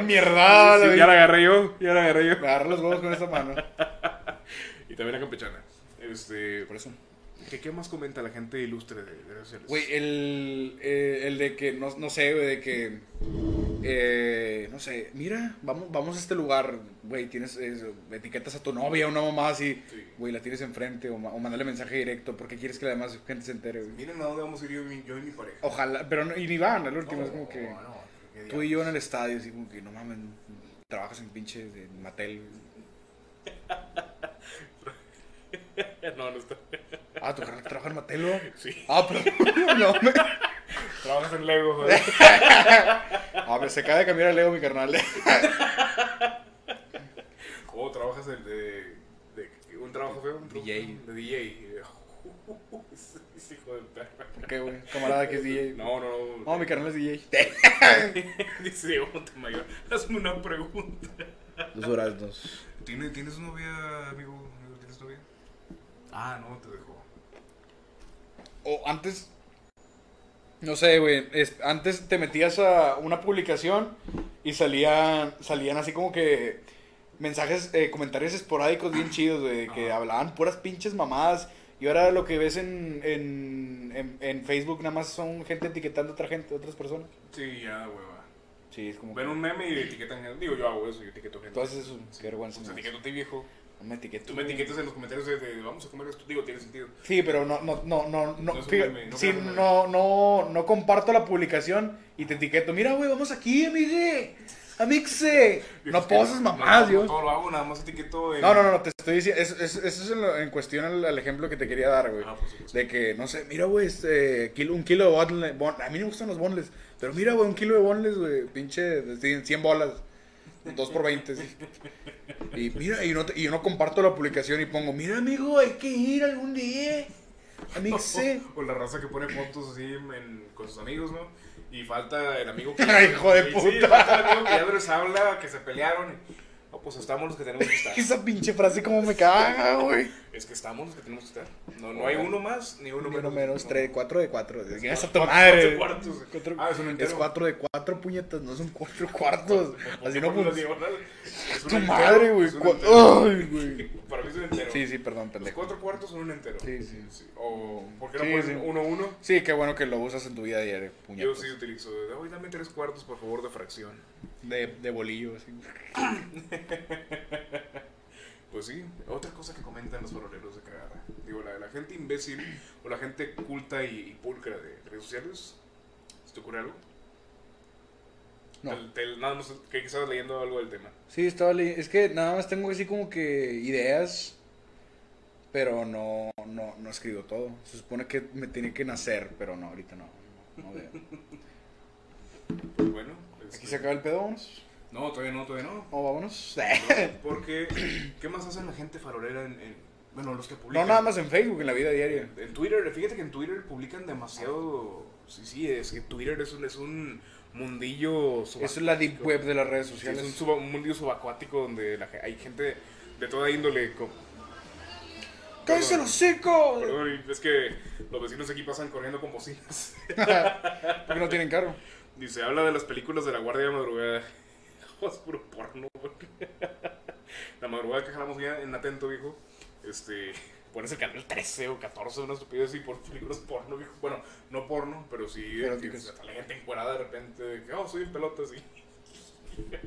mierda,
Sí,
güey.
ya Ah, la agarré yo, ya la agarré yo.
Me agarro los huevos con esa mano.
Y también la campechana. Este,
Por eso.
¿qué, qué más comenta la gente ilustre de de redes sociales?
Güey, el, eh, el de que, no, no sé, güey, de que, eh, no sé, mira, vamos, vamos a este lugar, güey, tienes, eh, etiquetas a tu novia, una mamá así,
Sí.
güey, la tienes enfrente, o, ma- o mandale mensaje directo, porque quieres que la demás gente se entere, güey.
Miren a dónde vamos a ir yo y mi, yo y mi pareja.
Ojalá, pero Ah, no, y ni van, al último,
No,
es como que,
no, no, qué
tú y yo en el estadio, así como que, no mames, trabajas en pinche de Mattel, güey.
diablos. No, no está.
ah, tu carnal trabaja en Mattel, ¿no?
Sí.
ah, pero, no, me,
Trabajas en Lego, joder.
ah, pero se acaba de cambiar a Leo, mi carnal, ¿eh?
O Oh, trabajas en de, de- un trabajo feo. un trabajo-
DJ.
De DJ. Es hijo de perra.
¿por qué, güey? Camarada Ah, que es DJ.
No, no, no.
No, mi carnal es DJ.
Dice Diego Montemayor, hazme una pregunta.
Dos horas, dos.
¿Tienes, ¿Tienes novia, amigo? ¿Tienes novia? Ah, no, te dejó.
O antes, no sé, güey, es- antes te metías a una publicación y salían, salían así como que mensajes, eh, comentarios esporádicos bien chidos, güey, que
Ajá.
hablaban puras pinches mamadas. Y ahora lo que ves en, en, en, en Facebook nada más son gente etiquetando a otra gente, otras personas.
Sí, ya, hueva.
Sí, es como
Ven
que...
un meme y etiquetan gente. Digo, yo hago eso, yo etiqueto gente.
Tú haces eso, qué vergüenza.
O sea,
me da.
etiquétate, viejo.
No me etiqueto.
Tú me etiquetas en los comentarios de, de, vamos a comer esto. Digo, tiene sentido.
Sí, pero no, no, no, no, no,
No es un
fíjate,
meme, no
sí,
creo que es un
no, no, no comparto la publicación y te etiqueto. Mira, güey, vamos aquí, amigue, amixe. No
Dices que
poses
no,
mamás,
no,
yo.
Todo lo hago, nada más etiqueto. en-
No, no, no, no, te estoy diciendo, eso, eso- eso es en, lo- en cuestión al, al ejemplo que te quería dar, güey.
Ah, por supuesto.
De que, no sé, mira, güey, este, kilo- un kilo de bonles, bon- a mí no me gustan los bonles, pero mira, güey, un kilo de bonles, güey, pinche, de cien- 100 bolas, 2 por 20, sí. Y mira, y, no te- y yo no comparto la publicación y pongo, mira, amigo, hay que ir algún día, amixe.
O la raza que pone fotos así en- con sus amigos, ¿no? Y falta el amigo que.
Ay, hijo de
Sí,
puta.
falta el amigo que ya no les habla, que se pelearon. y, No, pues estamos los que tenemos que estar.
Esa pinche frase como me caga, güey.
Es que estamos los que tenemos que estar. No, no hay uno más ni uno menos.
Uno menos
No.
3, 4 de 4. Llegas a tu
Cuatro
madre.
cuartos.
Cuatro-
Ah, es un entero.
Es 4 de 4 puñetas, no son 4 cuartos. Así no
Por las
funciona.
diagonales. Es un
Tu
entero,
madre, güey.
es un
Cu-
entero.
Ay, güey.
Para mí es un entero.
Sí, sí, perdón,
Los
pendejo.
cuatro cuartos son un entero.
Sí, sí.
O, ¿por qué no
Sí,
ponen
sí.
uno uno?
Sí, qué bueno que lo usas en tu vida diaria,
Yo
puñetas.
sí utilizo. Hoy dame tres cuartos, por favor, de fracción.
De, de bolillo, así.
Pues sí, otra cosa que comentan los faroleros de cagada. Digo, la, la gente imbécil o la gente culta y, y pulcra de redes sociales. ¿Se te ocurre algo?
No.
Te- te- nada más que estabas leyendo algo del tema.
Sí, estaba leyendo. Es que nada más tengo así como que ideas, pero no, no, no escribo todo. Se supone que me tiene que nacer, pero no, ahorita no. no veo.
Pues bueno.
Aquí
este-
se acaba el pedo, vámonos.
No, todavía no, todavía no.
No, Oh, vámonos.
Porque, ¿qué más hacen la gente farolera en, en- Bueno, los que publican. Eh,
No nada más en Facebook, en la vida diaria.
En, en Twitter, fíjate que en Twitter publican demasiado. Sí, sí, es que Twitter es un, es un mundillo
Es la deep web de las redes
Sí, es un,
sociales.
suba- un mundillo subacuático donde la ge- hay gente de toda índole. co-
¡Cállense los hocico!
Perdón, es que Los vecinos aquí pasan corriendo con bocinas.
Porque no tienen carro.
Dice, habla de las películas de la guardia de madrugada. Es puro porno, güey. La madrugada que jalamos ya en atento, viejo. Este, pones el canal 13 o 14, una estupidez y por películas porno, viejo. Bueno, no porno, pero sí.
Pero
que
ticas.
está la gente encuerada de repente. de que, oh, soy el pelota, sí.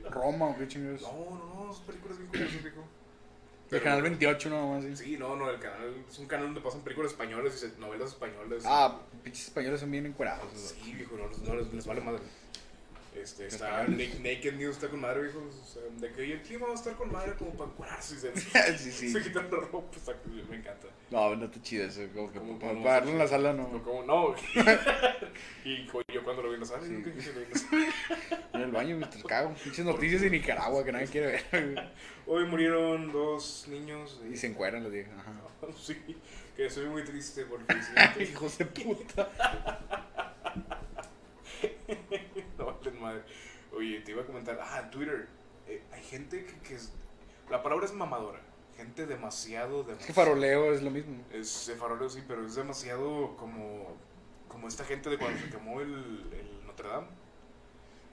Roma, o qué chingados.
No, no, no, son películas bien curiosas, viejo.
el
Pero-
canal 28 nada más. Sí.
Sí, no, no, el canal es un canal donde pasan películas españolas y se- novelas españolas.
Ah, pinches españoles son bien encuerados. güey.
Sí, viejo, no, les- no les, les vale madre. Este,
Los
está
canales.
Nick- Naked News está con madre, viejo. O sea, de que "Oye, el clima va a estar con madre como para curarse y se,
sí, sí.
se quitan la ropa. Está, me encanta.
No, no te chides. eh, Como que
Como
como
que
para darle en la sala, no.
No, como no. y co- yo cuando lo vi en la sala,
Sí.
nunca quise lo vi en la sala.
En el baño, me cago. Pinches noticias de Nicaragua que nadie quiere ver. güey.
Hoy murieron dos niños.
Y se encueran los viejas. Ajá.
No, sí, que soy muy triste porque
Hijos de puta.
No valen madre. Oye, te iba a comentar. Ah, en Twitter. eh, hay gente que, que es. La palabra es mamadora. Gente demasiado.
Es
demasiado
que faroleo es lo mismo.
Es de faroleo, sí, pero es demasiado como. Como esta gente de cuando se quemó el, el Notre Dame.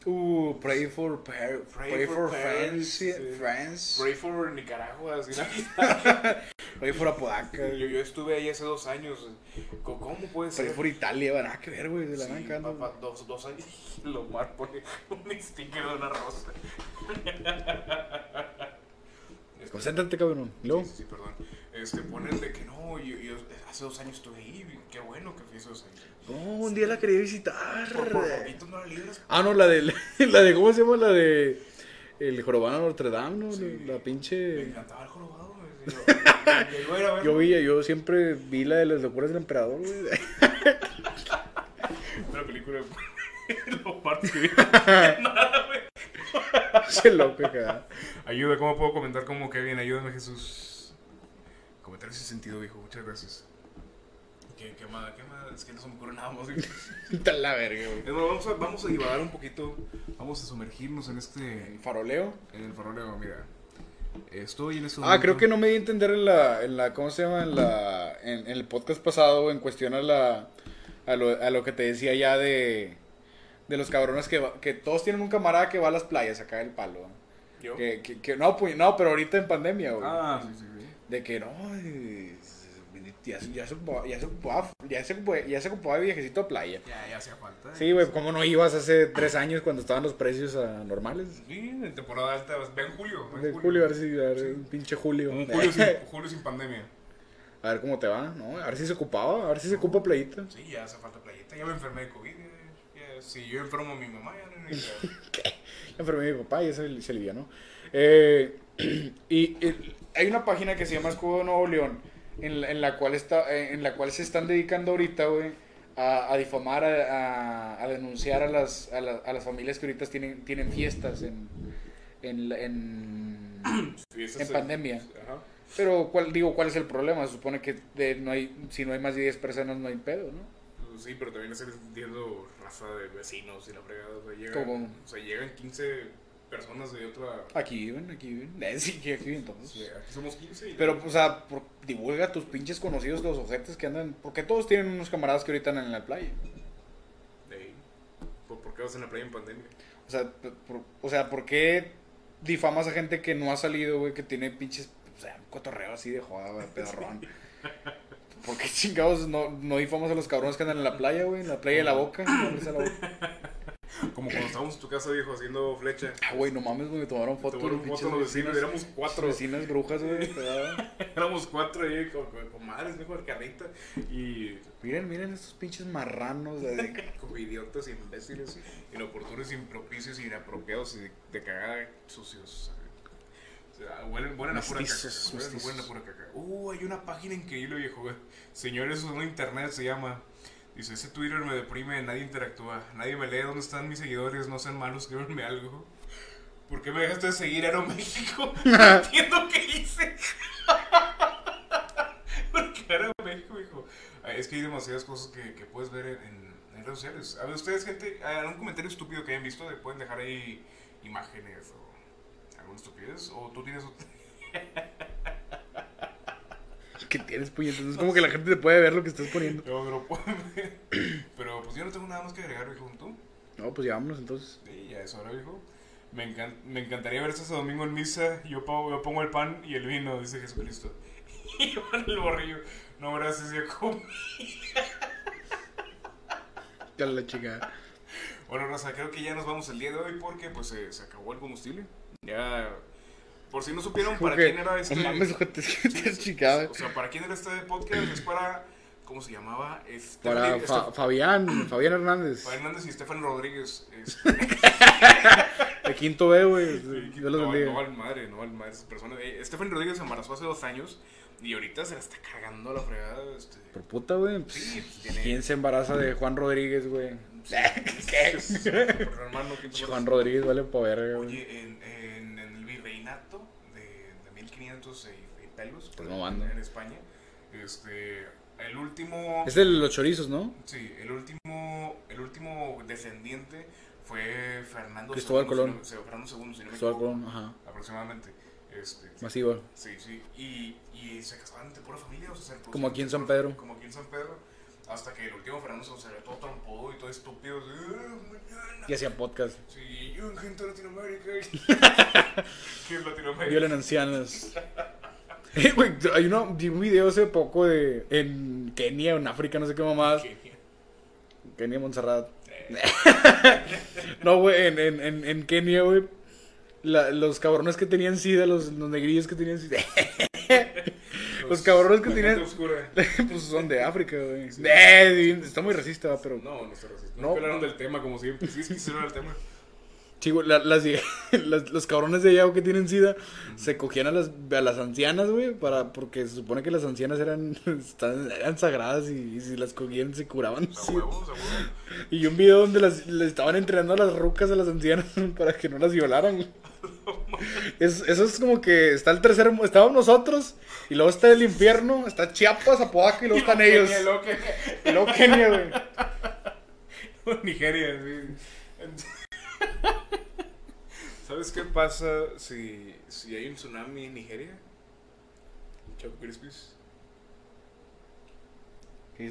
Uh, pray for, par-
Pray
pray,
for
for,
parents,
France.
sí.
France.
Pray for Nicaragua, así una-
Pray for Apodaca.
Yo, yo estuve ahí hace dos años. Co- ¿Cómo puede
Pray
ser?
for Italia, ¿verdad? que ver, güey. De la
Sí,
banca, ¿no?
papá, dos, dos años. Lo mar pone un sticker de una rosa.
Concéntrate, cabrón. ¿Y luego?
Sí, sí, perdón. Este, pone el de que no, yo, yo hace dos años estuve ahí, qué bueno que fui hace dos años.
No, un día la quería visitar.
Por, por poquito no la libras.
Ah, no, la de, la de, ¿cómo se llama? La de el jorobado de Notre Dame, ¿no?
Sí.
La
Me
pinche...
encantaba el jorobado, güey. Yo, yo iba a ir a ver.
Yo vi, yo siempre vi la de las locuras del emperador, güey.
Una película lo partí.
Ese loco acá.
Ayuda, ¿cómo puedo comentar cómo Kevin? Ayúdame, Jesús. Comentario sin sentido, viejo. Muchas gracias. Qué, qué madre, qué madre. Es que no se me ocurre nada más. viejo.
Está la verga, güey.
Es más, vamos a, vamos a divagar un poquito. Vamos a sumergirnos en este.
El faroleo.
En el faroleo, mira. Estoy en este
Ah, creo que no me di a entender en la, en la ¿cómo se llama? En, la, en, en el podcast pasado, en cuestión a, la, a, lo, a lo que te decía ya de, de los cabrones que, va- que todos tienen un camarada que va a las playas acá del palo.
¿Yo?
Que, que, que- no, pues, no, pero ahorita en pandemia, güey.
Ah, sí, sí, sí.
De que no, eh, ya, se- ya se ocupaba, ya se ocupaba, ya se ocupaba, ya se ocupaba de viajecito a playa.
Ya, ya hacía falta. eh.
Sí, güey, ¿cómo no ibas hace tres años cuando estaban los precios a normales?
Sí, en temporada alta. Ve en julio. ve en
De julio, a ver si, a ver, un pinche julio.
Un julio sin, julio sin pandemia.
A ver cómo te va, ¿no? A ver si se ocupaba, a ver si se ocupa playita.
Sí, ya hace falta playita. Ya me enfermé de COVID. ya- ya- si yo enfermo a mi mamá, ya no necesito.
La enfermedad de mi papá y ese se se alivianó. Eh, y eh, hay una página que se llama Escudo de Nuevo León, en la, en la cual, está, eh, en la cual se están dedicando ahorita, güey, a, a difamar, a, a- a denunciar a las, a, la- a las familias que ahorita tienen, tienen fiestas en, en, la- en-
Sí, ese es
En
el- pues,
pandemia.
Ajá.
Pero, ¿cuál, digo, ¿cuál es el problema? Se supone que de- no hay, si no hay más de 10 personas no hay pedo, ¿no?
Pues Sí, pero también está entiendo raza de vecinos y la fregada. O sea, llegan,
¿Cómo?
O sea, llegan 15 personas de otra.
Aquí viven, aquí viven. Eh, Sí, aquí viven todos.
Sí, Aquí somos 15. Y
Pero, pues, o sea, por- divulga a tus pinches conocidos los objetos que andan. Porque todos tienen unos camaradas que ahorita andan en la playa.
Ey, ¿por, por qué vas en la playa en pandemia?
O sea, p- por, o sea, ¿por qué difamas a gente que no ha salido, güey? Que tiene pinches. O sea, un cotorreo así de joda, güey, pedorrón. ¿Por qué chingados no, no difamas a los cabrones que andan en la playa, güey? En la playa de la boca. en la presa de la boca.
Como cuando estábamos en tu casa, viejo, haciendo flecha.
Ah, güey, no mames, güey, me tomaron
Te
fotos.
tomaron
los
fotos los vecinos, éramos cuatro.
Vecinas brujas, güey. pedadas.
Éramos cuatro ahí con, con, con madres, viejo, de carrita. Y
Miren, miren estos pinches marranos. así.
como idiotas, imbéciles, inoportunos, impropicios, inapropiados y de, de cagada, eh, sucios. O sea, huelen, huelen a pura caca.
Mestizos,
huelen-
mestizos.
huelen a pura caca. Uh, hay una página increíble, viejo. eh. Señores, en internet se llama. Dice, ese Twitter me deprime, nadie interactúa, nadie me lee, ¿dónde están mis seguidores? No sean malos, escríbanme algo. ¿Por qué me dejaste de seguir, Aero México? No entiendo qué hice. Porque Aero México, hijo. Ah, Es que hay demasiadas cosas que, que puedes ver en, en- en redes sociales. A ver, ustedes, gente, ah, algún comentario estúpido que hayan visto, le pueden dejar ahí imágenes o alguna estupidez. O tú tienes. ot-
¿Qué tienes, puñetas? No Es como que la gente te puede ver lo que estás poniendo.
No, pero, pero pues yo no tengo nada más que agregar, viejo, ¿tú?
No, pues ya vámonos entonces.
Sí, ya es hora, viejo. Me, encan- me encantaría ver este domingo en misa. Yo pongo, yo pongo el pan y el vino, dice Jesucristo. Y yo en el borrillo. No, gracias, ya comí.
Ya la chica.
Bueno, Raza, creo que ya nos vamos el día de hoy porque pues eh, se acabó el combustible. Ya. Por si no supieron para quién era este.
No mames, ojete, es que
Sí,
estás
sí,
chicada.
O sea, para quién era este podcast es para. ¿Cómo se llamaba? Este,
Para
este-
Fa- Fabián, Fabián Hernández.
Fabián Hernández y Estefan Rodríguez. este,
De quinto B, güey.
que
Dios los
no, no
bendiga.
al madre, no al madre. Esas personas. Eh, Estefan Rodríguez se embarazó hace dos años y ahorita se la está cagando a la fregada. Este,
Por puta, güey. pues,
Sí, pues, tiene-
¿Quién se embaraza de Juan Rodríguez, güey?
¿Qué? hermano, ¿quién te
Juan
parece?
Rodríguez vale pa' verga, güey.
Oye, en, en- en el virreinato de, de 1500 y- y pelos
Estás
en-
mamando.
en España, este, el último,
Es de los chorizos, ¿no?
sí, el último, el último descendiente fue Fernando
Cristóbal
II, si no-
Colón.
sí, Fernando II, si no me
Cristóbal
equivoco,
Colón, ajá.
aproximadamente. Este,
Masivo.
Sí, sí. Y, y se casaban de pura familia, o sea, se reproducían
Como aquí en
de
San
pura-
Pedro.
Como aquí en San Pedro. Hasta que el último Fernando se observó todo trompudo y todo estúpido. así, "Ah, mañana".
Y hacía podcast.
Sí, yo en gente de Latinoamérica. ¿Qué es Latinoamérica?
Violan ancianas. Eh, güey, hay uno, vi un video hace poco de. En Kenia o en África, no sé qué mamadas.
Kenia.
Kenia Montserrat. no, güey, en, en, en, en Kenia, güey. la- los cabrones que tenían sida, los, los negrillos que tenían sida. Los cabrones que
la
tenían-
gente oscura.
pues son de África, güey.
Sí.
Eh, está muy racista, va, pero.
No, no se racista.
No.
No. hablaron del tema, como siempre. Sí, es que hicieron el tema.
Sí, güey, la- las, las- los cabrones de allá güey, que tienen sida se cogían a las, a las ancianas, güey, para, porque se supone que las ancianas eran, están- eran sagradas y, y si las cogían se curaban.
O sea,
sí.
huevos, o sea, huevos.
Y vi un video donde las, le estaban entrenando a las rucas a las ancianas para que no las violaran. güey. Es- eso es como que está el tercer, mu- estábamos nosotros y luego está el infierno, está Chiapas, Apodaca y luego están ellos.
Kenia, luego que-
Y luego Kenia, güey.
Nigeria, sí. ¿Sabes qué pasa si, si hay un tsunami en Nigeria? Choco Crispis. Aquí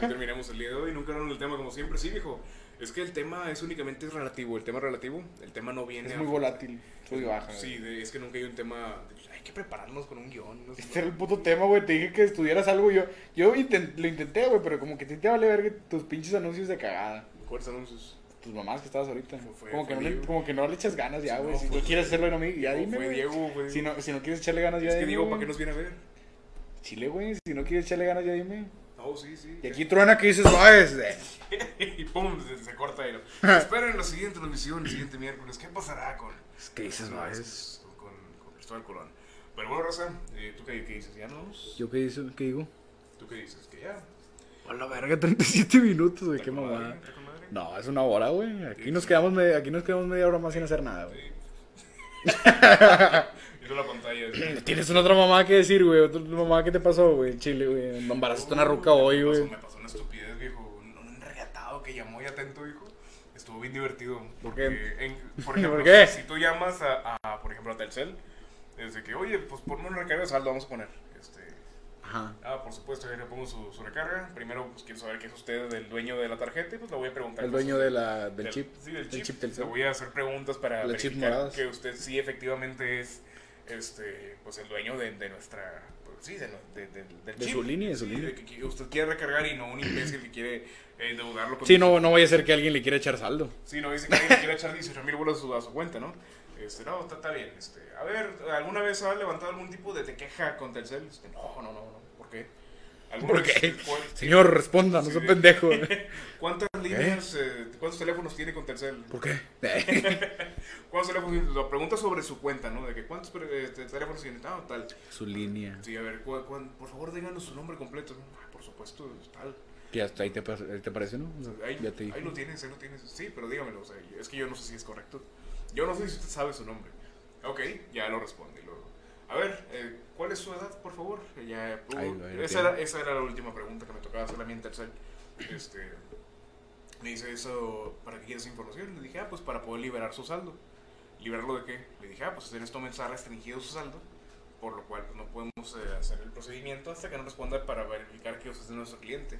terminamos el día de hoy. Nunca hablaron del tema como siempre. Sí, viejo. Es que el tema es únicamente relativo. El tema relativo, el tema no viene.
Es
a-
muy volátil, sube y baja. güey.
Sí, de- es que nunca hay un tema. Hay que prepararnos con un guión. no sé.
Este era el puto tema, güey. Te dije que estudiaras algo. Yo, yo inten- lo intenté, güey, pero como que a ti te vale ver tus pinches anuncios de cagada.
¿Cuáles anuncios?
Tus mamás que estabas ahorita.
Fue-
como,
fue
que no le,
Diego.
como que no le echas ganas ya,
No,
güey. si
fue-
no quieres hacerlo, no me- ya
No,
dime.
fue
güey.
Diego, güey.
Si no, si no quieres echarle ganas, ya
es que
dime.
Diego, ¿para qué
güey.
nos viene a ver?
Chile, güey. Si no quieres echarle ganas, ya dime.
No, sí, sí.
Y aquí truena que dices, no es.
y pum, se, se corta y lo- Esperen la siguiente transmisión, el siguiente miércoles. ¿Qué pasará con,
¿Qué dices,
con, con, con Cristóbal Colón? Pero bueno, Raza, eh, ¿tú qué, qué dices? ¿Ya no?
¿Yo qué, dice, qué digo?
¿Tú qué dices? ¿Que ya?
A la verga, 37 minutos, güey.
¿Está
Qué
con madre?
mamada.
¿Está con madre?
No, es una hora, güey. Aquí
Sí,
nos
sí.
quedamos media, aquí nos quedamos media hora más sin hacer nada, güey.
Sí. y toda la pantalla.
Tienes una otra mamá que decir, güey. Otra mamá que te pasó, güey. en Chile, güey. Me embarazaste una ruca hoy,
Me pasó-
güey.
Me pasó una estupidez, viejo. Un, un regatado que llamó y atento, hijo. Estuvo bien divertido.
¿Por
porque en- por ejemplo,
¿Por qué?
si tú llamas a, a, por ejemplo, a Telcel, desde que, oye, pues ponme un recargo de saldo, vamos a poner. Este,
Ajá.
Ah, por supuesto, ahí le pongo su, su recarga. Primero, pues quiero saber que es usted el dueño de la tarjeta y pues le voy a preguntar.
El dueño
cosas.
de la, del chip.
Sí, del chip.
Telcel.
le voy a hacer preguntas para
Las chip
verificar
moradas.
que usted sí efectivamente es este, pues el dueño de, de nuestra. pues, sí, de, no- de- de- del
De
chip.
su línea, de su
Sí,
línea.
que- que usted quiere recargar y no un imbécil que quiere eh, endeudarlo con
Sí,
su-
no, no vaya a ser que alguien le quiera echar saldo.
Sí, no, dice que alguien le quiere echar 18 mil bolas a su, a su cuenta, ¿no? Este, no, está, está bien. Este, a ver, ¿alguna vez ha levantado algún tipo de, de queja contra el cel? Este, no, no, no, no. ¿Por qué? ¿Alguna
¿Por
vez-
qué?
cuál-
Señor, responda, no
Sí,
sea
de-
pendejo.
¿Cuántas líneas, eh, cuántos teléfonos tiene con Telcel?
¿Por qué? Eh,
¿Cuántos teléfonos? La pregunta sobre su cuenta, ¿no? De que cuántos eh, te- teléfonos tiene, ah, tal.
Su línea.
Sí, a ver, cu- cu- por favor díganos su nombre completo. Ah, por supuesto, tal.
Que hasta ahí te, pa- ahí te parece, ¿no? O sea,
Pues, Ahí,
ya te
ahí
dije.
lo tienes, ahí lo tienes. Sí, pero dígamelo, o sea, es que yo no sé si es correcto. Yo no sé si usted sabe su nombre. Ok, ya lo responde. Luego. A ver, eh, ¿cuál es su edad, por favor? Ya, uh,
Ahí lo- ahí lo
esa, era,
tiene.
esa era la última pregunta que me tocaba hacer a mí en tercer. Este, me dice eso, ¿para qué quieres esa información? Le dije, ah, pues para poder liberar su saldo. ¿Liberarlo de qué? Le dije, ah, pues en esto me está restringido su saldo. por lo cual pues, no podemos eh, hacer el procedimiento hasta que no responda para verificar que usted es nuestro cliente.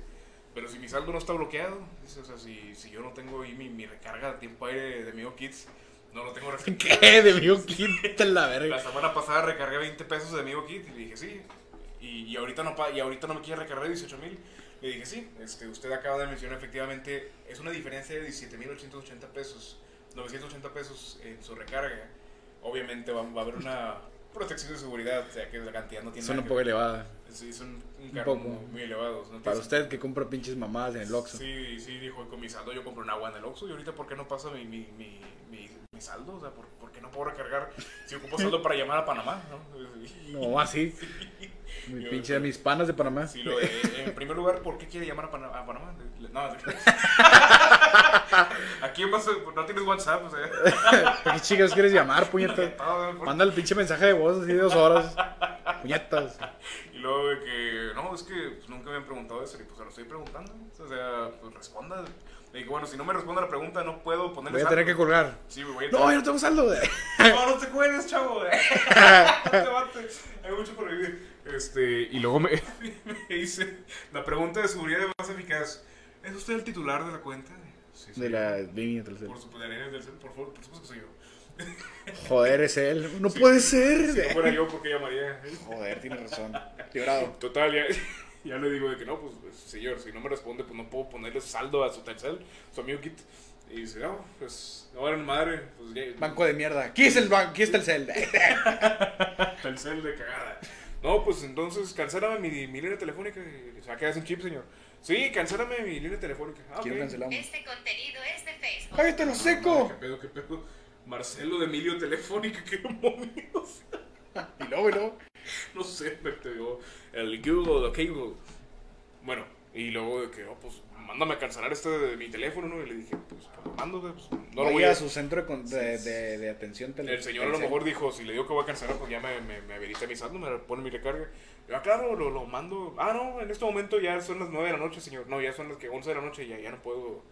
Pero si mi saldo no está bloqueado, dice, o sea, si, si yo no tengo ahí mi, mi recarga de tiempo aire de Mio Kids, no lo tengo restringido.
¿Qué? De mí, quítate la verga.
La semana pasada recargué 20 pesos de Amigo Kit y le dije sí. Y, y ahorita no pa- y ahorita no me quiere recargar 18 mil. Le dije sí. Este, usted acaba de mencionar efectivamente, es una diferencia de 17 mil 880 pesos, 980 pesos en su recarga. Obviamente va, va a haber una protección de seguridad, o sea que la cantidad no tiene
Es una
nada
poco
que-
elevada.
Sí, son un
un
cargo
poco.
muy, muy elevados. ¿no?
Para
Entonces,
usted que compra pinches mamadas en el Oxxo.
Sí, sí, dijo, con mi saldo yo compro un agua en el Oxxo y ahorita ¿por qué no pasa mi, mi, mi, mi, mi saldo? O sea, ¿por, por qué no puedo recargar si ocupo saldo para llamar a Panamá? ¿no? Y-
No, así. Mi
Yo-
pinche, mis panas de Panamá.
Sí, lo, eh, en primer lugar, ¿por qué quiere llamar a, Pana- a Panamá? Le- No, aquí pasa- no tienes WhatsApp, o sea,
¿Para qué chicas quieres llamar, puñetas?
todo, por-
Manda el pinche mensaje de voz así de dos horas. Puñetas.
Y luego de que, no, es que pues, nunca me han preguntado eso, y pues se lo estoy preguntando. O sea, pues responda. Le digo, bueno, si no me responde la pregunta, no puedo ponerle
Voy a tener que
saldo.
colgar.
Sí, güey, voy a
No, yo no tengo saldo.
No, no te cueles, chavo. No te mates. Hay mucho por vivir. Este, y luego me, me dice, la pregunta de seguridad es más eficaz. ¿Es usted el titular de la cuenta? Sí, soy
De
yo.
la línea tercera.
Por supuesto, de la línea del cel, por favor, por supuesto que soy yo.
Joder, es él. No puede
Si no
ser.
fuera yo, ¿por qué llamaría?
Joder, tiene razón. Librado.
Total, ya, ya le digo de que no, pues, pues, señor, si no me responde, pues no puedo ponerle saldo a su Telcel, su amigo Kit. Y dice, no, pues, no valen madre, pues ya-
Banco de mierda. Aquí es el banco, aquí está el cel.
Telcel de cagada. No, pues entonces cancélame mi, mi línea telefónica. Y Se va a quedar sin chip, señor. Sí, cancélame mi línea telefónica. Ah,
Quiero
ok. Ah,
cancelamos.
Este contenido es de Facebook.
¡Ay, te lo
Madre,
seco!
¿Qué pedo, qué pedo? Marcelo de Emilio Telefónica, qué demonios.
Y luego, y luego.
No sé, me pegó el Google, ok, Google. Bueno, y luego de que, oh, pues, mándame a cancelar este de mi teléfono, ¿no? Y le dije, pues, pues lo mando, güey, pues, no lo voy
Vaya
a...
a su centro de, con- de, de- de atención. tele-
El señor a lo
telcel.
mejor dijo, si le digo que voy a cancelar, pues ya me, me, me habilita mi saldo, me pone mi recarga. Yo, ah, claro, lo, lo mando. Ah, no, en este momento ya son las 9 de la noche, señor. No, ya son las que 11 de la noche, ya, ya no puedo.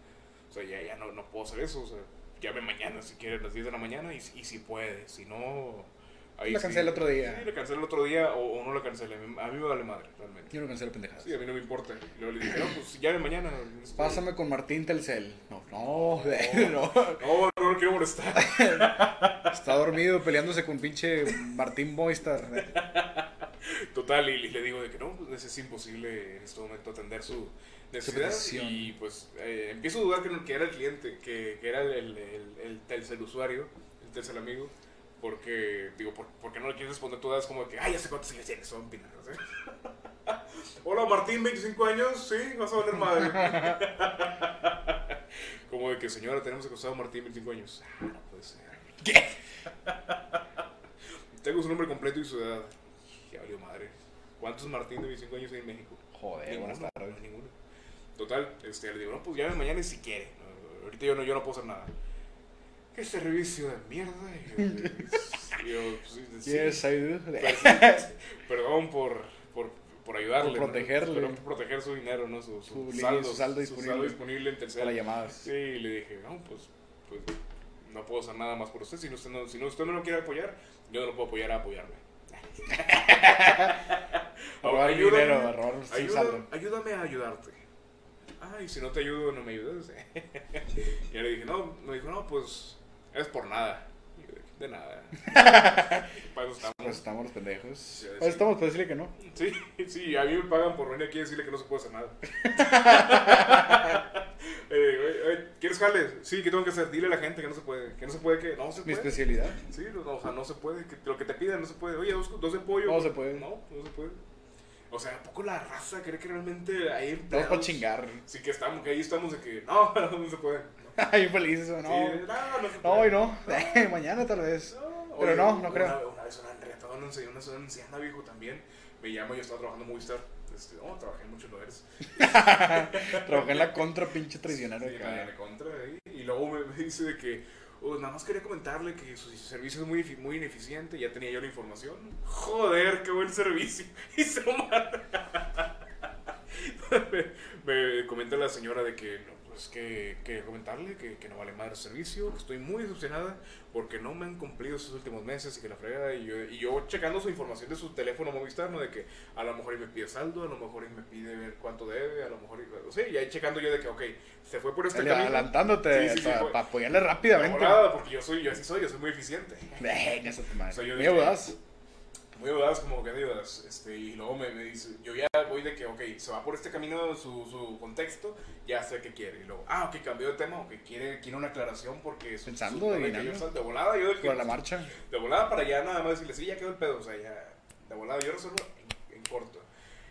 O sea, ya, ya no, no puedo hacer eso. O sea, llame mañana si quiere a las 10 de la mañana y, si- y si puede. Si no... Ahí
La
sí.
cancela otro día.
Sí, la cancela otro día o, o no la cancela. A mí me vale madre, realmente.
Yo no cancelo pendejadas.
Sí, a mí no me importa. Y luego le dije, no, pues llame mañana.
Pásame con Martín Telcel. No, no, no.
No, no, no quiero molestar.
Está dormido peleándose con pinche Martín Boystar.
Total, y le digo de que no, pues es imposible en este momento atender su necesidad.
petición.
y pues eh, empiezo a dudar que, no- que era el cliente, que, que era el, el, el, el Telcel usuario, el Telcel amigo. Porque, digo, ¿por, por qué no le quieres responder todas? Es como que, ay, ya sé cuántos años tienes, son pinadas. Hola Martín, 25 años, sí, vas a valer madre. como de que, señora, tenemos acostado a Martín, 25 años. Ah, no puede ser. ¿Qué? Tengo su nombre completo y su edad. Ya valió madre. ¿Cuántos Martín de 25 años hay en México?
Joder,
Ninguno,
buenas tardes.
no, ninguno. Total, este, le digo, no, pues llame mañana si quiere. No, Ahorita yo no, yo no puedo hacer nada. ¿Qué servicio de mierda? Y yo, y yo, pues, sí,
Yes, I do.
per- Perdón por, por, por ayudarle.
Por
¿no?
protegerle.
Perdón por proteger su dinero, ¿no? Su, su
Su li-
saldo,
su saldo disponible.
disponible en tercera.
Para llamadas.
Sí, y le dije, no, pues, pues no puedo hacer nada más por usted. Si no usted no, si no, usted no lo quiere apoyar, yo no lo puedo apoyar a apoyarme.
A robar el
Ayúdame,
dinero, a robar su
ayuda-
saldo.
ayúdame a ayudarte. Ay, si no te ayudo, no me ayudas. y ya le dije, no, me dijo, no, pues es por nada. Y yo, de nada. Para eso
Pues
estamos.
estamos los pendejos.
Ya
Pues estamos para decirle que no.
Sí, sí, a mí me pagan por venir aquí a decirle que no se puede hacer nada. Eh, güey, eh, ¿Quieres jales? Sí, ¿qué tengo que hacer? Dile a la gente que no se puede. Que no se puede, que no se
Mi
puede.
especialidad.
Sí, no, o sea, no se puede. que lo que te pidan no se puede. Oye, dos, dos de pollo.
No se puede.
No, no se puede. O sea, ¿a poco la raza cree que realmente hay
Estamos
empleados?
para chingar.
Sí, que estamos, que ahí estamos de que no, no se puede.
Ay, feliz eso,
Sí,
no.
no, no se
No, hoy
puede.
no. Mañana tal vez.
No,
Pero no, no creo.
Una, una vez una retadora, una, anciana- una anciana viejo también, me llama y yo estaba trabajando en Movistar. Este, no, trabajé en muchos lugares.
Trabajé en la contra, pinche traicionero.
Sí,
cabrón.
la- la contra ahí. Y luego me, me dice de que, "Oh, nada más quería comentarle que su servicio es muy, efi- muy ineficiente, ya tenía yo la información. Joder, qué buen servicio. Y se lo manda. me, me comenta la señora de que, no, pues que, que comentarle que, que no vale madre su servicio, que estoy muy decepcionada porque no me han cumplido estos últimos meses y que la fregada. Y yo, y yo checando su información de su teléfono Movistar, ¿no? De que a lo mejor y me pide saldo, a lo mejor y me pide ver cuánto debe, a lo mejor y. Sí, y ahí checando yo de que, ok, se fue por este
Dale,
camino.
adelantándote
Sí, sí, sí,
para
fue-
apoyarle
de
rápidamente.
volada, porque yo soy, yo así soy, yo soy muy eficiente.
Venga, esa tu madre.
Soy yo de
Muy
que-
audaz.
Muy dudas, como que dudas. Este, y luego me, me dice, yo ya voy de que, ok, se va por este camino su, su contexto, ya sé qué quiere. Y luego, ah, ok, cambió de tema, o que quiere, quiere una aclaración porque su,
Pensando,
su- de que
adivinando.
yo sal- de volada, yo de, que-
Por la marcha.
de volada para allá nada más decirle, sí, ya quedó el pedo, o sea, ya, de volada, yo resuelvo en, en corto.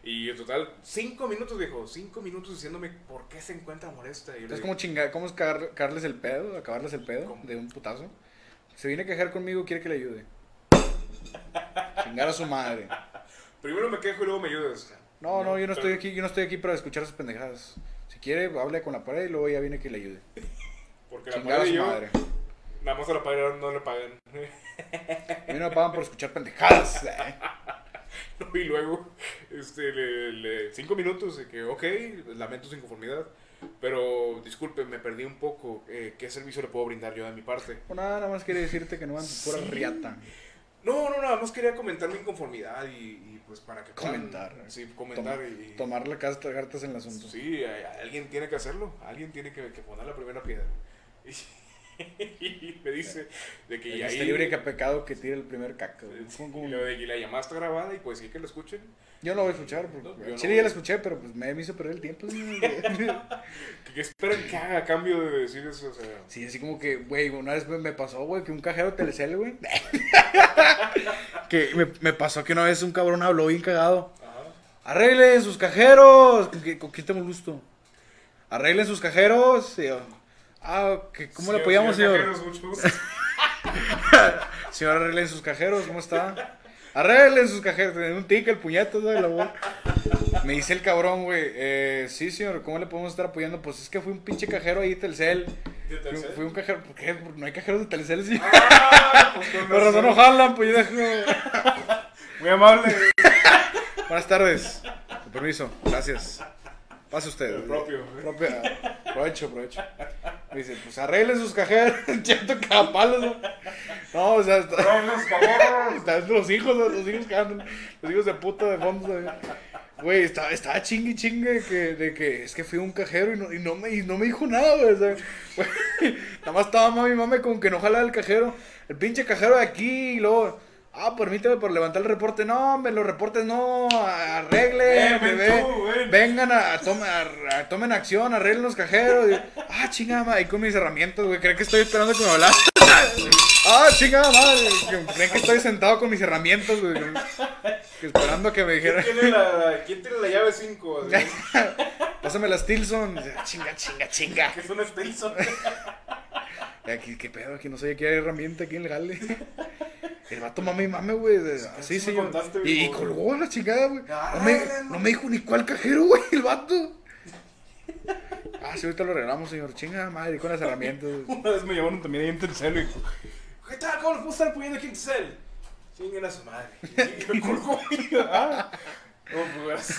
Y en total, cinco minutos, dijo, cinco minutos diciéndome por qué se encuentra molesta. Y yo le
Entonces,
digo,
¿cómo chingar? ¿Cómo es cagar- cagarles el pedo? ¿Acabarles el pedo
¿Cómo?
de un putazo? Se viene a quejar conmigo, quiere que le ayude. Chingar a su madre.
primero me quejo y luego me ayudas.
No, no, yo no
pero-
estoy aquí, yo no estoy aquí para escuchar sus pendejadas. Si quiere, hable con la pared y luego ya viene que le ayude.
Porque la
Chingar a
madre
su
y yo,
madre.
nada más a la pared no le pagan.
A mí no me pagan por escuchar pendejadas. eh.
Y luego, este, le, le- cinco minutos de que, ok, lamento su inconformidad, pero disculpe, me perdí un poco. eh, ¿Qué servicio le puedo brindar yo de mi parte?
Pues nada, nada más quería decirte que no van pura
Sí.
riata.
No, no, nada más quería comentar mi inconformidad y, y, pues para que puedan-
Comentar.
Sí, comentar y... y-
Tomar la casa cartas en el asunto.
Sí, a- a- alguien tiene que hacerlo, alguien tiene que, que poner la primera piedra. Y, me dice de que
El
ya
que esté libre que ha pecado que tire el primer caca. güey. Fue como-
Y lo de que la llamada está grabada y pues sí que lo escuchen.
Yo no voy a escuchar. Porque...
No, yo
al
no
Chile
voy.
ya la escuché, pero pues me, me hizo perder el tiempo.
¿Qué, qué esperan que haga a cambio de decir eso? O sea,
Sí, así como que, güey, una vez me- me pasó, güey, que un cajero de Telecel, güey. que me, me pasó que una vez un cabrón habló bien cagado.
ajá.
Arreglen sus cajeros. ¿Con, qué- con quién tengo gusto? Arreglen sus cajeros. y yo, ah, que- ¿cómo le apoyamos, señor?
Cajeros, mucho gusto.
Señor, arreglen sus cajeros, ¿cómo está? Arreglen sus cajeros, tenía un tic, el puñetazo de la voz. Me dice el cabrón, güey, eh, sí, señor, ¿cómo le podemos estar apoyando? Pues es que fui un pinche cajero ahí, Telcel.
¿De
Fui,
Telcel?
fui un cajero, ¿por qué? Porque No hay cajeros de Telcel, sí.
Ah, pues, con
Pero no
razón.
no jalan, pues yo dejo.
Muy amable.
Buenas tardes. Con permiso, gracias. Pase usted.
El propio.
Propio. ah, Provecho, provecho. Me dice, pues arreglen sus cajeros, chato capalos. ¿no? No, o sea, está-
Traen los cajeros.
Está entre los hijos, ¿no? los hijos cagando, los hijos de puta de fondo. ¿sabes? Güey, estaba, estaba chingue y chingue que, de que es que fui a un cajero y no, y no, me, y no me dijo nada, güey. o sea, güey, nada más estaba mami, mami, como que no jalaba el cajero. El pinche cajero de aquí y luego, ah, permíteme por levantar el reporte. No, hombre, los reportes no,
Ven,
arreglen,
ven
bebé.
tú, ven.
Vengan a, a tome- a- a- tomen acción, arreglen los cajeros. Y- ah, chingada madre, ahí con mis herramientas, güey. Creo que estoy esperando que me hablas. ah, chingada madre. que- Creen que estoy sentado con mis herramientas, güey. que esperando que me dijeran.
¿Quién tiene la, quién tiene la llave 5?
Pásame las Tilson. Y, ah, Chinga, chinga, chinga.
Que es un Stilson.
Y Aquí, ¿Qué pedo? Aquí no sé qué herramienta aquí en el jale. El vato mame y mame, güey. de- ah,
sí
Sí,
me
sí.
contaste,
Y,
güey. Ah,
y colgó la chingada, güey. No me,
Arréglenlo.
no me dijo ni cuál cajero, güey, el vato. Ah, sí, ahorita lo regalamos, señor. Chinga madre, con las herramientas. güey.
Una vez me llamaron también ahí en Telcel y dijo, ¿qué tal? ¿Cómo les puedo estar apoyando aquí en Telcel? Chinguen a su madre. Y me colgó. y yo, ah, no, pues,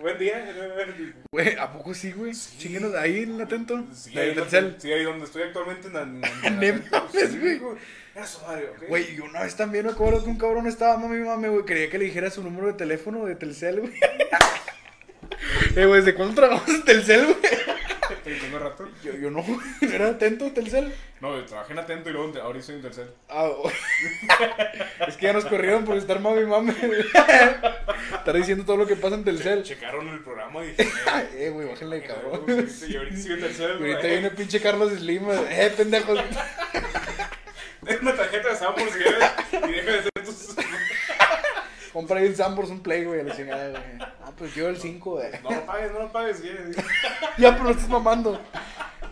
Buen día.
Güey, ¿a poco sí, güey? Chinguenos, ahí en atento.
Sí,
de
ahí donde-
Telcel.
Sí, ahí donde estoy actualmente. En, en, en,
No mames, güey.
Era su madre, ok.
Güey, y una vez también me acuerdo que un cabrón estaba mami mami, güey. Quería que le dijera su número de teléfono de Telcel, güey. Eh, güey, ¿desde cuándo trabajamos en Telcel, güey?
Estoy con rato.
Yo, yo no, güey, no era atento en Telcel.
No, yo trabajé en Atento y luego en- ahorita estoy en Telcel.
Ah, güey. es que ya nos corrieron por estar mami mami. güey. Estar diciendo todo lo que pasa en Telcel.
Checaron el programa y dije,
Ay, Eh, güey, bájenle, cabrón.
Y ahorita- este, Y ahorita sigue en
Y
Telcel,
ahorita
güey.
viene pinche Carlos Slim. Eh, pendejo.
Es una tarjeta de Sanborns si quieres, y deja de hacer tus.
Compra ahí un Sambors, un Play, güey, a la chingada, güey. Ah, pues yo el 5, güey.
No lo pagues, no lo pagues. bien.
Ya, pero lo estás mamando.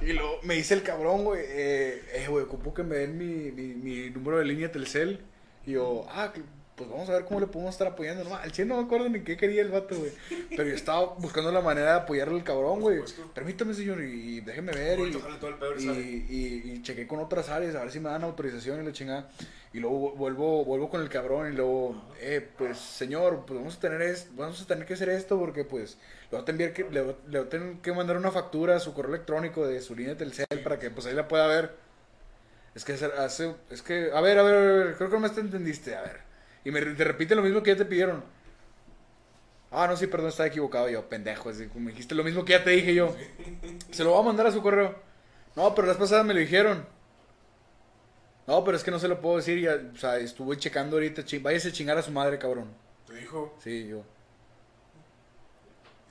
Y luego me dice el cabrón, güey, eh, eh, güey, ocupo que me den mi, mi, mi número de línea Telcel. Y yo, ah, que- pues vamos a ver cómo le podemos estar apoyando. No, al chile no me acuerdo ni qué quería el vato, güey. Pero yo estaba buscando la manera de apoyarle al cabrón, güey.
supuesto.
Permítame, señor, y déjeme ver.
Ahorita
y-
jala todo el pedo y
y,
sale.
y, y chequé con otras áreas a ver si me dan autorización y la chingada. Y Y luego vu- vuelvo, vuelvo con el cabrón y luego, eh, pues señor, pues vamos a tener es- vamos a tener que hacer esto porque pues le voy a tener que, le, voy- le voy a tener que mandar una factura a su correo electrónico de su línea de Telcel para que pues ahí la pueda ver. Es que hacer- hace, es que, a ver, a ver, a ver, creo que no me entendiste, a ver. Y me re- te repite lo mismo que ya te pidieron. Ah, no, sí, perdón, estaba equivocado yo, pendejo. así como me dijiste lo mismo que ya te dije yo. Se lo voy a mandar a su correo. No, pero las pasadas me lo dijeron. No, pero es que no se lo puedo decir. Ya, o sea, estuve checando ahorita. ching- váyase a chingar a su madre, cabrón.
Te dijo.
Sí, yo.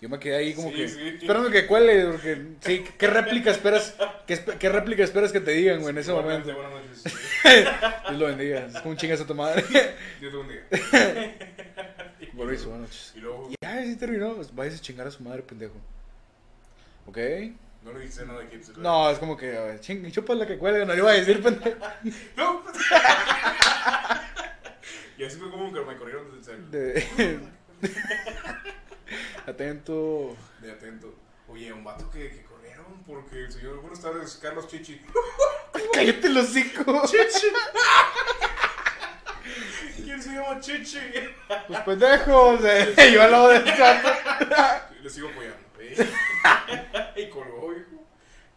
Yo me quedé ahí como
Sí,
que.
sí.
Esperando que cuele. Porque, sí, ¿qué réplica esperas? ¿Qué, espe- qué réplica esperas que te digan, güey, en ese momento?
Buenas noches.
Dios lo bendiga. Es como chingas a tu madre.
Dios te bendiga.
Por eso, buenas noches.
Y luego
Ya, sí terminó. Pues, váyase a chingar a su madre, pendejo. ¿Ok?
no le dijiste nada de quién se lo-
No, es como que, a ver, ching, chupa la que cuelga, no le iba a decir, pendejo.
No. y así fue como que me corrieron desde el cel.
De- Atento.
De atento. Oye, un vato que, que corrieron porque el señor. Buenas tardes, Carlos Chichi.
Cállate los hocico.
¿Quién se llama Chichi?
Los pendejos. eh. Yo al lado del chato.
Le sigo apoyando. ¿eh? y colgó, hijo.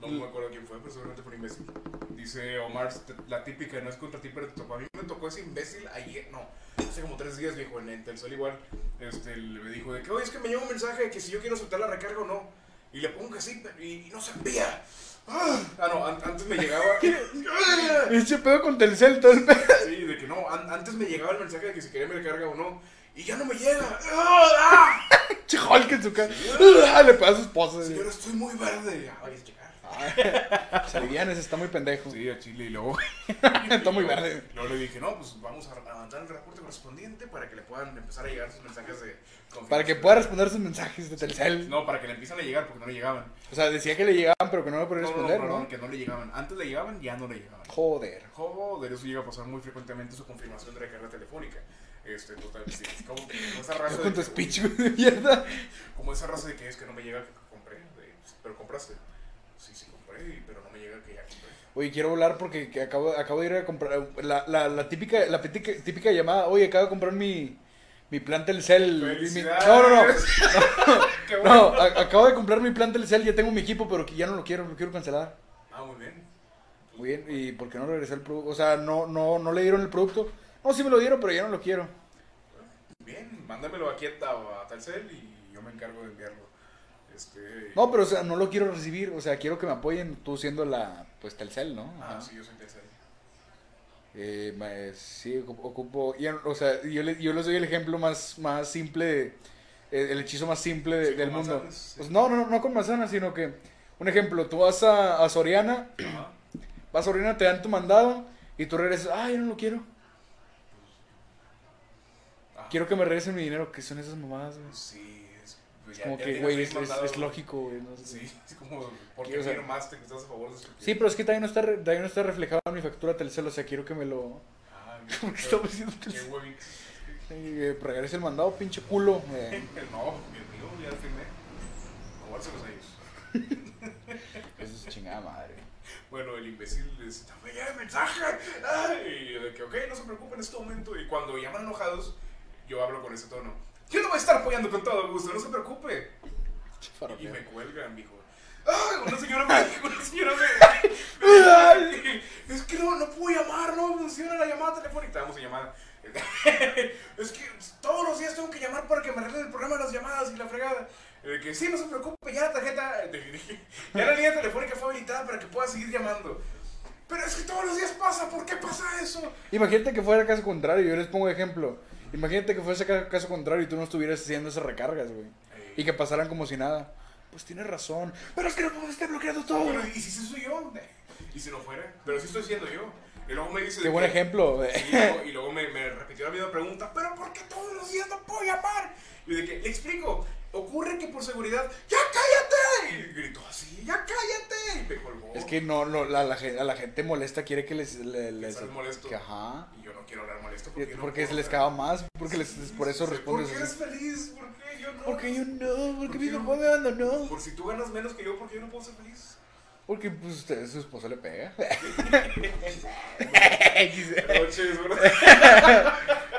No me acuerdo quién fue, pero seguramente fue un imbécil. Dice Omar, te- la típica, no es contra ti, pero te tocó. A mí me tocó ese imbécil ayer, no, hace como tres días, viejo, en el Telcel igual. Este, le- me dijo de que, oye, es que me llegó un mensaje de que si yo quiero soltar la recarga o no. Y le pongo que sí, pero- y, y no se envía. Ah, ah, no, an- antes me llegaba. ¡Ah!
Pinche pedo con Telcel. Todo el pedo.
Sí, de que no, an- antes me llegaba el mensaje de que si quería mi recarga o no. Y ya no me llega. ¡Ah! ¡Ah!
Che, Hulk en su cara. Ah, Le pega a su esposa.
Sí, Señora, estoy muy verde. Ay, es llegar.
Salivianes "Pues, está muy pendejo.
Sí, a Chile y luego.
Está muy verde.
Luego le dije, no, pues vamos a avanzar el reporte correspondiente para que le puedan empezar a llegar sus mensajes de confianza.
Para que pueda responder sus mensajes de Telcel.
No, para que le empiezan a llegar porque no le llegaban.
O sea, decía que le llegaban, pero que no me podía
No, no, no,
responder,
perdón,
¿no?
que no le llegaban. Antes le llegaban, ya no le llegaban.
Joder.
Joder, eso llega a pasar muy frecuentemente su confirmación de recarga telefónica. Este, total, sí. Es como, que- como esa raza.
Con
de
tu
que-
speech, güey, de mierda.
Como esa raza de que es que no me llega que compré. de, pero compraste. Sí, sí, compré, pero no me llega que ya compré.
Oye, quiero volar porque que acabo, acabo de ir a comprar la, la, la típica la típica, típica llamada. Oye, acabo de comprar mi, mi plan Telcel. Mi-
Felicidades.
no, no, no.
Qué bueno.
No, a- acabo de comprar mi plan Telcel, ya tengo mi equipo, pero que ya no lo quiero, lo quiero cancelar.
Ah, muy bien.
Muy bien, ¿y por qué no regresé el producto? O sea, no, no, no le dieron el producto. No, sí me lo dieron, pero ya no lo quiero.
Bien, mándamelo aquí a, ta- a Telcel y yo me encargo de enviarlo. Este,
No, pero o sea, no lo quiero recibir. O sea, quiero que me apoyen tú siendo la, pues, Telcel, ¿no?
Ah,
Ajá.
sí, yo soy Telcel.
Eh, ma- sí, ocup- ocupo. y en- o sea, yo, le- yo les doy el ejemplo más, más simple, de- eh, el, el hechizo más simple de-
Sí, con
del mundo.
manzanas, sí.
Pues, no, no, no con manzanas, sino que, un ejemplo, tú vas a, a Soriana,
Ajá.
vas a Soriana, te dan tu mandado y tú regresas, ah, yo no lo quiero.
Ajá.
Quiero que me regresen mi dinero, que son esas mamadas, güey.
Ah, Sí, es. pues,
Es
ya-
como
ya
que,
tienes
güey,
seis
es, es-
mandados.
es lógico, güey. no sé. sí.
Sí, es como, ¿por
Sí,
qué
o sea-
firmaste que estás a favor de su
pero es que también no, está, re- todavía no está reflejado en mi factura Telcel, o sea, quiero que me lo...
Ah,
¿Por qué estamos haciendo
Qué huevito.
eh, regrese el mandado, pinche culo. eh.
No, mi amigo, ya firmé. Robárselos a ellos.
Eso es pues, chingada madre.
Bueno, el imbécil les está me llega el mensaje. Ay, y de que, ok, no se preocupen en este momento. Y cuando llaman enojados, yo hablo con ese tono. Yo no voy a estar apoyando con todo gusto, no se preocupe. Y
Farolero.
me cuelgan, dijo. ¡Ay! Una señora me dijo, una señora me. me- es que no, no puedo llamar, no funciona la llamada telefónica. Vamos a llamar. es que todos los días tengo que llamar para que me arreglen el problema de las llamadas y la fregada. Eh, que sí, no se preocupe, ya la tarjeta. Ya la línea telefónica fue habilitada para que pueda seguir llamando. Pero es que todos los días pasa, ¿por qué pasa eso?
Imagínate que fuera caso contrario, yo les pongo ejemplo. Imagínate que fuese ca- caso contrario y tú no estuvieras haciendo esas recargas, güey. Y que pasaran como si nada. Pues tienes razón. Pero es que no puedo estar bloqueando todo.
Bueno, ¿y si sí soy yo? ¿Y si no fuera? Pero sí estoy siendo yo. Y luego me dice.
Qué
de
buen
que-
ejemplo. güey.
Y luego, y luego me, me repitió la misma pregunta, pero ¿por qué todos los días no puedo llamar? Y de que, le explico, ocurre que por seguridad, ¡ya cállate! Y gritó así, ¡ya cállate! Y me colgó.
Es que no, no, la, la, gen- a la gente molesta quiere que les... le- les-
estás molesto.
que ajá.
Y yo no quiero hablar molesto porque,
Porque,
yo no
se
puedo
les
hablar.
cava más, porque les, les- por eso
Sí,
respondes
¿Por qué
así.
eres feliz? ¿Por qué yo no?
Porque yo no, porque
¿Por
mi
qué no?
papá me abandonó.
Por si tú ganas menos que yo, ¿por qué yo no puedo ser feliz?
Porque pues usted, su esposo le pega.
eh.
Noches, ¿verdad?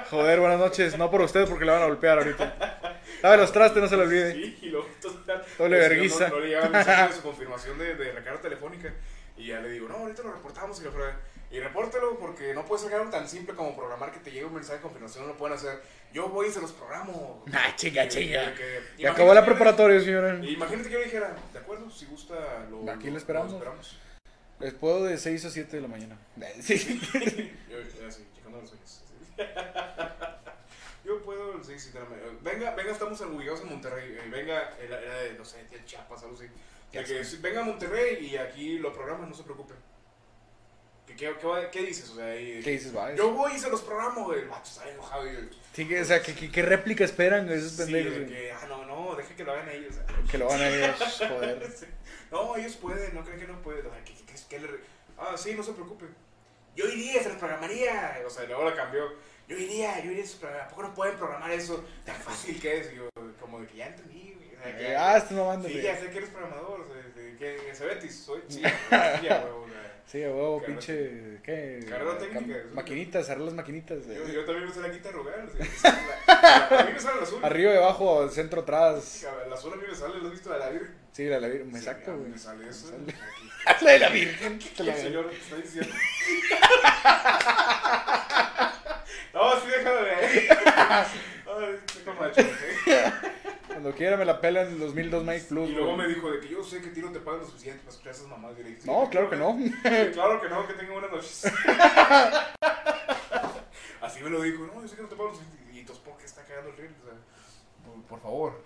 Joder, buenas noches. No por usted, porque le van a golpear ahorita. Lave los trastes, no se lo olvide.
Sí, y luego total.
Doble
el señor
vergüenza.
No, no le llegaba el mensaje de su confirmación de, de la carga telefónica. Y ya le digo, no, ahorita lo reportamos y la fregada. Y repórtelo porque no puede ser algo tan simple como programar que te llegue un mensaje de confirmación, no lo pueden hacer. Yo voy y se los programo.
Ah, chinga,
Que-
chinga.
que- que-
Y acabó la
imagínate-
preparatoria, señora.
Imagínate que yo le dijera, de acuerdo, si gusta lo
Aquí
lo-
lo esperamos.
esperamos.
Les puedo de 6 a 7 de la mañana. Sí.
Yo, yo así, checando los sueños. Yo puedo el 6 y tal, eh, Venga, venga, estamos en- ubicados en Monterrey. eh, Venga, era, era de, no sé, de Chiapas, algo así. De que, si- venga a Monterrey y aquí lo programas, no se preocupe. ¿Qué, qué, qué, va- qué dices? O sea, y-
¿Qué dices, va?
yo voy y se los programo. El vato está enojado. Y,
Sí, que, o sea, ¿qué, qué, qué réplica esperan güey, esos
sí,
pendejos?
de
güey?
que, ah, no, no, deja que lo hagan ellos.
que lo van a ir, joder.
No, ellos pueden, no creen que no pueden. O sea, ¿qué- qué- qué- qué le- Ah, sí, no se preocupe. Yo iría, se los programaría. O sea, luego la cambió. Yo iría, yo iría, se los programa- ¿a poco no pueden programar eso? Tan fácil que es. Y yo, como de que ya entendí, güey. O sea, que-
Eh, Ah, estás mamando,
sí,
güey.
ya sé que eres programador. O sea, de que es Betis, soy sí, güey, sí, ya, huevo, o sea.
Sí, a huevo,
Carrera-
pinche. ¿Qué?
carrera
Cam-
técnica, es un-
Maquinitas, arreglar las maquinitas.
Yo,
eh.
yo también me sé la quinta rogar. O sea, a mí me sale el azul.
Arriba y abajo, centro atrás.
El azul a mí me sale, lo has visto a la Virgen.
Sí, la, la me
Sí,
exacto,
a mí
güey.
Me sale eso. Aquí.
La de la Virgen. te la-
El señor te está diciendo. no, sí, déjalo de ahí. Ay, qué macho, ¿eh?
Cuando quiera me la pelan en 2002 Mike Plus.
Y luego me
güey.
dijo de que yo sé que a ti no te pagan lo suficiente para escuchar esas mamás. Y le dije, sí,
No, claro que no.
sí, Claro que no, que tenga buenas noches. Así me lo dijo, no, yo sé que no te pagan lo suficiente. Y entonces, ¿por qué está cagando el reel? O sea, por, por favor.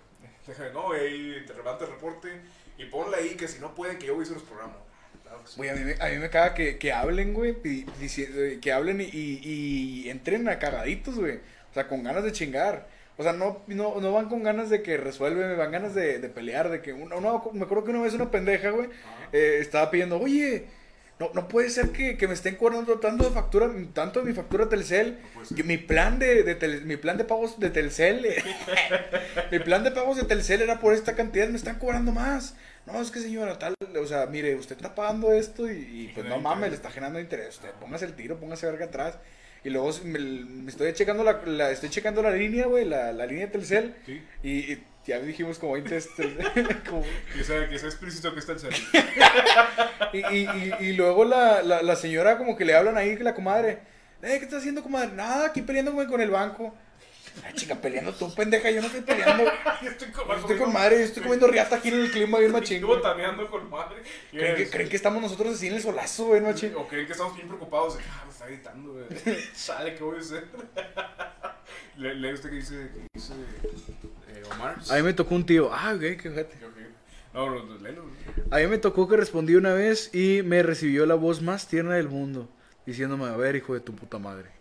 Déjame, no, ahí te levanta el reporte y ponle ahí que si no pueden, que yo voy a hacer los programas. Claro que sí.
Güey, a mí, me- a mí me caga que, que hablen, güey, pi- diciendo- que hablen y, y- y entren a cagaditos, güey. O sea, con ganas de chingar. O sea, no, no, no van con ganas de que resuelven, van ganas de, de pelear, de que uno, uno- me acuerdo que una vez una pendeja, güey,
Ajá.
eh, estaba pidiendo, oye, no, no puede ser que, que me estén cobrando tanto de factura, tanto de mi factura Telcel,
puede
Yo- mi plan de, de tele- mi plan de pagos de Telcel, eh, mi plan de pagos de Telcel era por esta cantidad, me están cobrando más. No, es que señora, tal, o sea, mire, usted está pagando esto y, y, pues
genera
no mames,
interés.
le está generando interés. Usted póngase el tiro, póngase verga atrás. Y luego si me, me estoy checando la, la- estoy checando la línea, güey, la, la línea de Telcel.
Sí.
Y, y ya dijimos como 20 este, como-
Que sea, que sea explícito que está el saludo.
y, y, y, y luego la, la, la señora como que le hablan ahí, la comadre. Eh, ¿qué estás haciendo, comadre? Nada, aquí peleándome con el banco. Ay, chica, peleando tú, pendeja, yo no estoy peleando.
Yo estoy
Yo estoy con madre, yo estoy comiendo riata aquí en el clima bien machín.
Estuvo taneando con madre. Y
¿Creen que,
eres-
creen que estamos nosotros así en el solazo, güey, machín?
O creen que estamos bien preocupados. de que, Ah, me está gritando, güey. Sale, ¿qué voy a hacer? Le- ¿Lee usted qué dice, qué dice eh, Omar?
A mí me tocó un tío. Ah, güey, qué ojete.
Yo qué. No, no, no, léelo. güey.
A mí me tocó que respondí una vez y me recibió la voz más tierna del mundo, diciéndome, a ver, hijo de tu puta madre.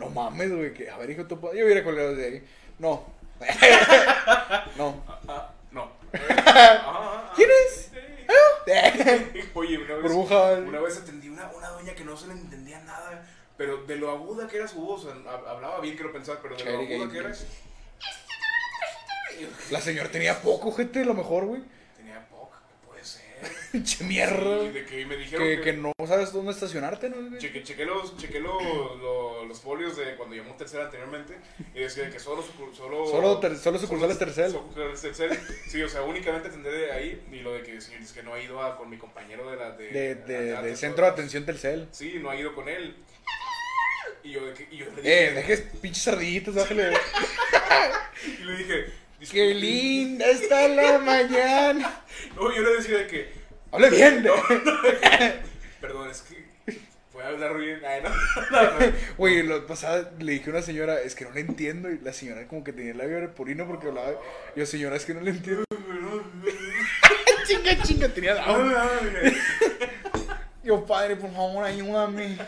No mames, güey, que, a ver, hijo de tu puta Yo hubiera colgado de ahí. No. no.
Ah, ah, no. Ah, ah,
¿Quién es?
ah. Oye, una vez,
Bruja.
una vez atendí una, una doña que no se le entendía nada. Pero de lo aguda que era su voz, o sea, hab- hablaba bien, quiero pensar, pero de lo
Cherry
aguda que era,
Gaines.
La señora tenía poco, gente, a lo mejor, güey.
tenía poca, puede ser.
Pinche
Y
mierda.
de que me dijeron
Que, que no sabes dónde estacionarte, ¿no? güey?
Cheque, chequé los, chequé lo- lo- los folios de cuando llamó tercera anteriormente y decía que solo sucu- solo,
Solo, ter- solo sucursales tercel.
sucursales tercera. Sí, o sea, únicamente atenderé ahí y lo de que sí, es que no ha ido a- con mi compañero de la de,
De, de, de
antes,
centro de atención tercel.
Sí, no ha ido con él. Y yo, de que- y yo le dije,
Eh, dejes pinches ardillitas, bájale.
y le dije,
Qué
disculpe.
linda está la mañana.
No, yo le decía de que,
Hable bien, de-
perdón, es que voy a hablar bien. Ay, no, no, no.
Güey, lo pasada le dije a una señora, es que no le entiendo. Y la señora como que tenía el labio purino porque hablaba. Yo, señora, es que no le entiendo. chinga, chinga, tenía
No, no, no.
Yo, padre, por favor, ayúdame.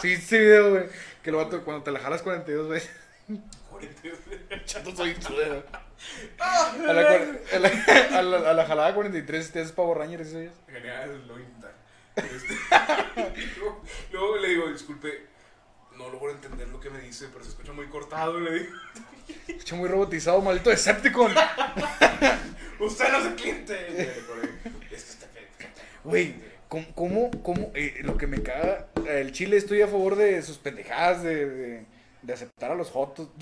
Sí, este video, güey. Que lo vato, cuando te la jalas 42 veces. Chato, soy culero. A la, cuar- a la- a la- a la jalada 43 te haces pavo ranger esos días.
Genial, lo voy a intentar. Este, luego, luego le digo, disculpe, no logro entender lo que me dice, pero se escucha muy cortado. Le digo,
Escucha muy robotizado, maldito Decepticon.
usted no es el cliente. Le recordé, Es que está feo.
Güey, ¿cómo, cómo, cómo eh, lo que me caga, eh, el Chile estoy a favor de sus pendejadas, de, de, de aceptar a los jotos.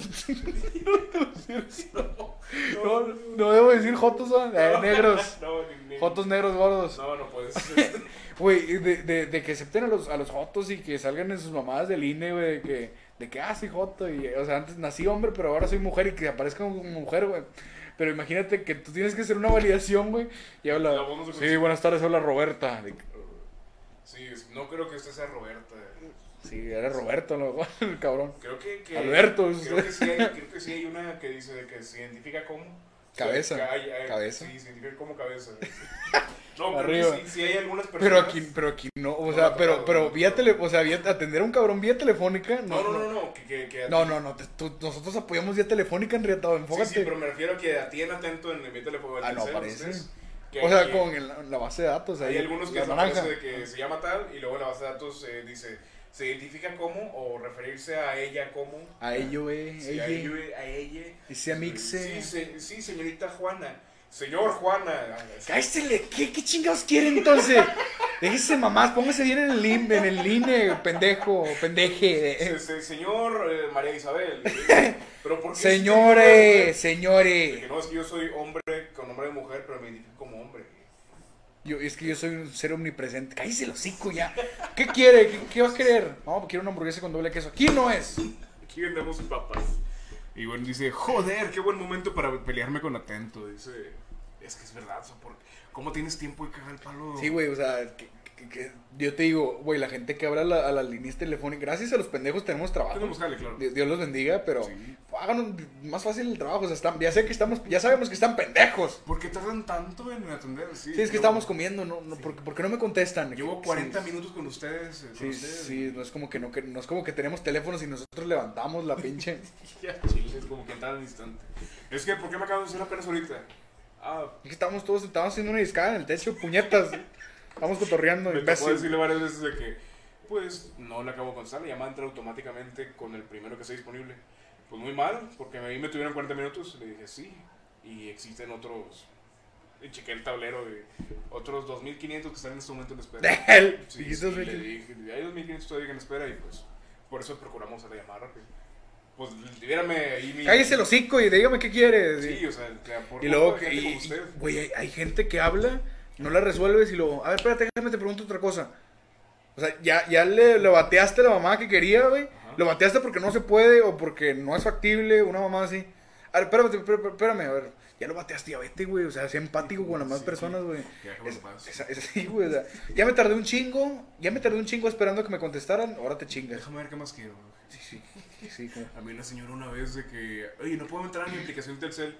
no, no debo decir jotos, ¿ah? Eh, negros.
No, ni- ni-
Jotos negros gordos.
No, no puedes.
Güey, de, de, de que acepten a los, a los jotos y que salgan en sus mamadas del INE, güey, de que, de que, ah, soy joto, y, o sea, antes nací hombre, pero ahora soy mujer y que aparezca como mujer, güey. Pero imagínate que tú tienes que hacer una validación, güey, y habla,
La voz no se
sí,
escucha".
buenas tardes, habla Roberta. De que,
Sí, es- no creo que usted sea Roberta.
sí, era Roberto, ¿no? el cabrón.
Creo que. que-
Alberto, es
Creo
usted.
que, sí hay, creo que sí hay una que dice de que se identifica como.
Cabeza,
Ca- hay- hay-
cabeza.
Sí, se identifica como cabeza. No, creo
Arriba.
que sí, sí hay algunas
Pero
personas.
aquí, pero aquí no, o
No me ha
sea,
tocado,
pero,
no me
pero
ha
vía
tocado.
tele, o sea, vía- atender a un cabrón vía telefónica,
No, no, no, no. Que, que, que
No, no, no, te- tú- nosotros apoyamos vía telefónica, Enriatado,
Sí,
enfócate.
sí, pero me refiero a que atienden atento en el ambiente teléfono.
Ah, no,
tercero,
parece.
ustedes, que
o sea,
aquí-
con el- la base de datos ahí.
Hay algunos que
la
se
naranja.
aparece de que se llama tal y luego en la base de datos eh, dice se identifica como o referirse a ella como.
A ello, güey.
Sí, a ella. A ella.
Y se amixe.
Sí, se- sí, señorita Juana. Señor Juana.
Cállese, ¿qué, ¿qué chingados quiere entonces? Déjese mamás, póngase bien en el, IN- en el INE, pendejo,
Se-
pendeje.
se- señor eh, María Isabel. Pero ¿por qué es
Señores,
señor, güey? Que
señores.
no, es que yo soy hombre con nombre de mujer, pero me identifico como hombre.
Yo, es que yo soy un ser omnipresente. Cállese el hocico ya. ¿Qué quiere? ¿Qué, qué va a querer? No, pues quiero una hamburguesa con doble queso. Aquí no es.
Aquí vendemos papas. Y bueno, dice, joder, qué buen momento para pelearme con Atento. Dice, es que es verdad, sopor- ¿cómo tienes tiempo de cagar el palo?
Sí, güey, o sea, que- que- que- yo te digo, güey, la gente que habla a, la- a las líneas telefónicas, gracias a los pendejos tenemos trabajo.
Ah, Tenemos jale, claro.
Dios, Dios los bendiga, pero hagan un- más fácil el trabajo. O sea, están, ya sé que estamos, ya sabemos que están pendejos.
¿Por qué tardan tanto en atender? Sí,
Sí, es que
llevo-
estábamos comiendo, no, no, ¿por, qué- por qué no me contestan?
Llevo
Sí,
40
sí,
minutos con ustedes. eh, con
Sí,
ustedes.
sí, no es como que no, que no es como que tenemos teléfonos y nosotros levantamos la pinche.
Ya, chile, es como que tan distante. Es que, ¿por qué me acabo de hacer apenas ahorita? Ah,
Es que estamos todos sentados haciendo una discada en el techo, puñetas. Estamos cotorreando,
me tocó
imbécil.
decirle varias veces de que, pues, no le acabo de contestar, la llamada entra automáticamente con el primero que esté disponible. Pues muy mal, porque ahí me tuvieron 40 minutos, le dije sí, y existen otros, y chequé el tablero de otros 2.500 que están en este momento en espera.
Él,
Sí,
dijiste
sí, le
2000.
dije, hay 2.500 todavía en espera, y pues, por eso procuramos la llamada rápido. Pues, diérame ahí mi...
Cállese el hocico y dígame qué quieres.
Sí, o sea, o sea, por culpa
Y luego
de
que,
gente
y-
como usted.
y- güey, hay, hay gente que habla, no la resuelves y luego, a ver, espérate, déjame te pregunto otra cosa. O sea, ya, ya le, le bateaste a la mamá que quería, güey. Lo bateaste porque no se puede o porque no es factible, una mamá así. A ver, espérame, espérame, espérame, a ver. Ya lo bateaste, ya vete, güey. O sea, sea empático con las más
Sí,
personas,
sí.
güey.
Ya, déjame en paz.
Es, es- es así, güey. o sea, ya me tardé un chingo, ya me tardé un chingo esperando que me contestaran, ahora te chingas.
Déjame ver qué más quiero.
Sí, sí, sí, sí, como-
A mí una señora una vez de que, oye, no puedo entrar a mi aplicación Telcel.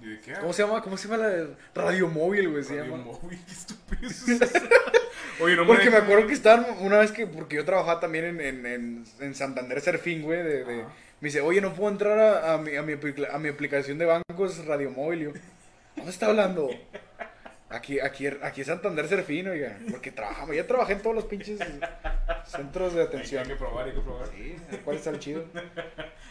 Y de que, ah, pues,
¿Cómo se llama? ¿Cómo se llama la de- radio móvil, güey? Se
radio
llama.
móvil, qué estúpido es eso. Oye, no
Porque me
dejan-
acuerdo que estaban una vez que, porque yo trabajaba también en, en, en, en Santander Serfín, güey, de, de-
Ajá.
me dice, oye, no puedo entrar a, a mi, a, mi, apli- a mi aplicación de bancos Radiomóvil. Y yo, ¿Dónde está hablando? Aquí, aquí, aquí es Santander Serfín, oiga, porque trabajamos, ya trabajé en todos los pinches centros de
Hay que-
atención.
hay que probar, hay que probar.
Sí, ¿cuál está el chido? Estoy,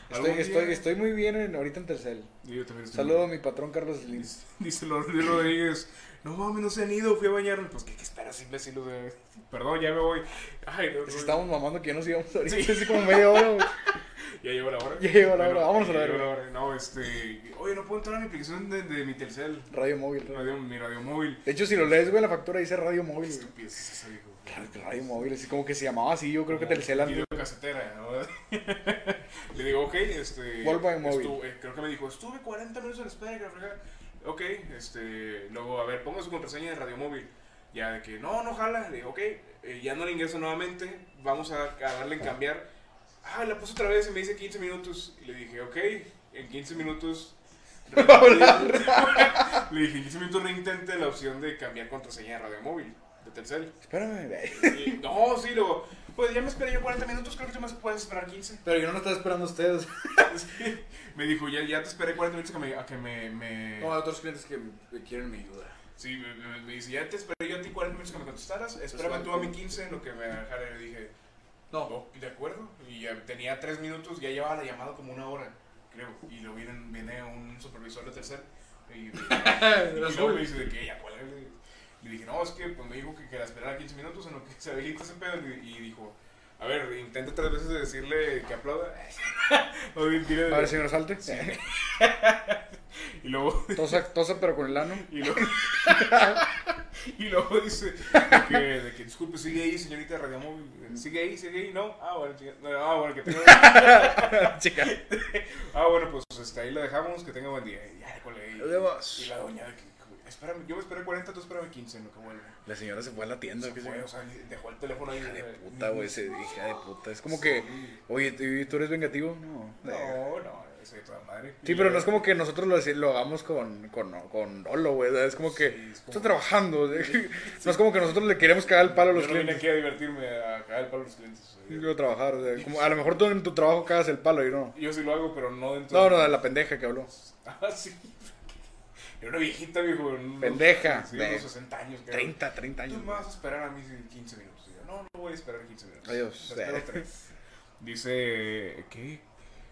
Algún día-
estoy, estoy muy bien en- ahorita en Tercel.
Y yo también estoy-
Saludo a mi patrón Carlos Slim.
Dice Lord Luis Rodríguez, no mames, no se han ido, fui a bañarme. Pues, ¿qué, qué esperas, imbécil? O sea, perdón, ya me voy. Ay, no,
Es
no,
que Estábamos mamando que ya nos íbamos ahorita,
Sí.
así como media hora, güey.
Ya llevo la hora.
Ya llegó la hora, vámonos a la
ya llegó
verga.
hora. No, este, oye, no puedo entrar a mi aplicación de, de mi Telcel,
Radio Móvil.
radio, mi radio móvil.
De hecho, si lo lees, güey, la factura dice Radio Móvil. güey.
Estúpido es eso, hijo.
Claro que Radio Móvil, así como que se llamaba así, yo creo que Telcel antes.
Video casetera, ¿no? Le digo, ok, este.
Volkswagen móvil.
estu- eh, creo que me dijo, estuve 40 minutos en espera, que la fregada. Ok, este. Luego, a ver, ponga su contraseña de radio móvil. Ya de que, no, no jala. Le digo, ok, eh, ya no le ingreso nuevamente. Vamos a, a darle en cambiar. Ah, la puse otra vez y me dice 15 minutos. Y le dije, ok, en 15 minutos. le dije, en 15 minutos reintente la opción de cambiar contraseña de radio móvil de Telcel.
Espérame, güey.
Y, No, sí, luego. Pues ya me esperé yo 40 minutos, creo que tú me puedes esperar 15.
Pero yo no lo estaba esperando a ustedes.
Sí. Me dijo, ya, ya te esperé 40 minutos que me- a que me. me-
hay otros clientes que quieren mi ayuda.
Sí, me, me- me dice, ya te esperé yo a ti 40 minutos que me contestaras. Espérame tú a mi 15 en lo que me dejara. Y le dije, no, de acuerdo. Y ya tenía 3 minutos, ya llevaba la llamada como una hora, creo. Y luego viene, viene un supervisor de tercer. Y, y luego me dice, de que ya cuelga. Le dije, no, es que pues, me dijo que, que la esperara 15 minutos en lo que se habilita ese pedo. Y, y dijo, a ver, intenta tres veces de decirle que aplauda. O bien, dile de-
A ver si no salte.
Y luego
Tosa, tosa, pero con el ano.
Y luego, y luego dice de que, de que, disculpe, sigue ahí, señorita Radiamóvil. Sigue ahí, sigue ahí, no. Ah, bueno, chica, no, ah, bueno, que tenga.
Chica.
Ah, bueno, pues este, ahí la dejamos, que tenga buen día. Y ya, cole, y-
Nos vemos.
Y la doña, de que, espérame, yo me esperé 40, tú espérame 15, no, que bueno.
La señora se fue a la tienda. ¿qué se-
o sea, dejó el teléfono ahí.
de
eh,
puta, güey. se- Hija de puta. Es como que, oye, ¿tú tú eres vengativo? No.
No, no, ese de toda madre.
Sí,
Y
pero
la-
no es como que nosotros lo, deci- lo hagamos con, con, con dolo, güey. ¿sabes? Es como que
Sí, es como-
está trabajando. o sea, No es como que nosotros le queremos cagar el palo a los
Yo no vine
clientes.
aquí a divertirme, a cagar el palo a los clientes.
Yo quiero trabajar. o sea, como, a lo mejor tú en tu trabajo cagas el palo y no.
Yo sí lo hago, pero no dentro
No,
de-
no, de la pendeja que habló.
Ah, sí. Era una viejita, viejo. en unos-
Pendeja,
Sí,
de
unos 60 años. creo.
30, 30
Tú
años.
me vas a esperar a mí 15 minutos. Y yo, no, no voy a esperar 15 minutos.
Adiós.
Te espero tres. Dice, ¿qué?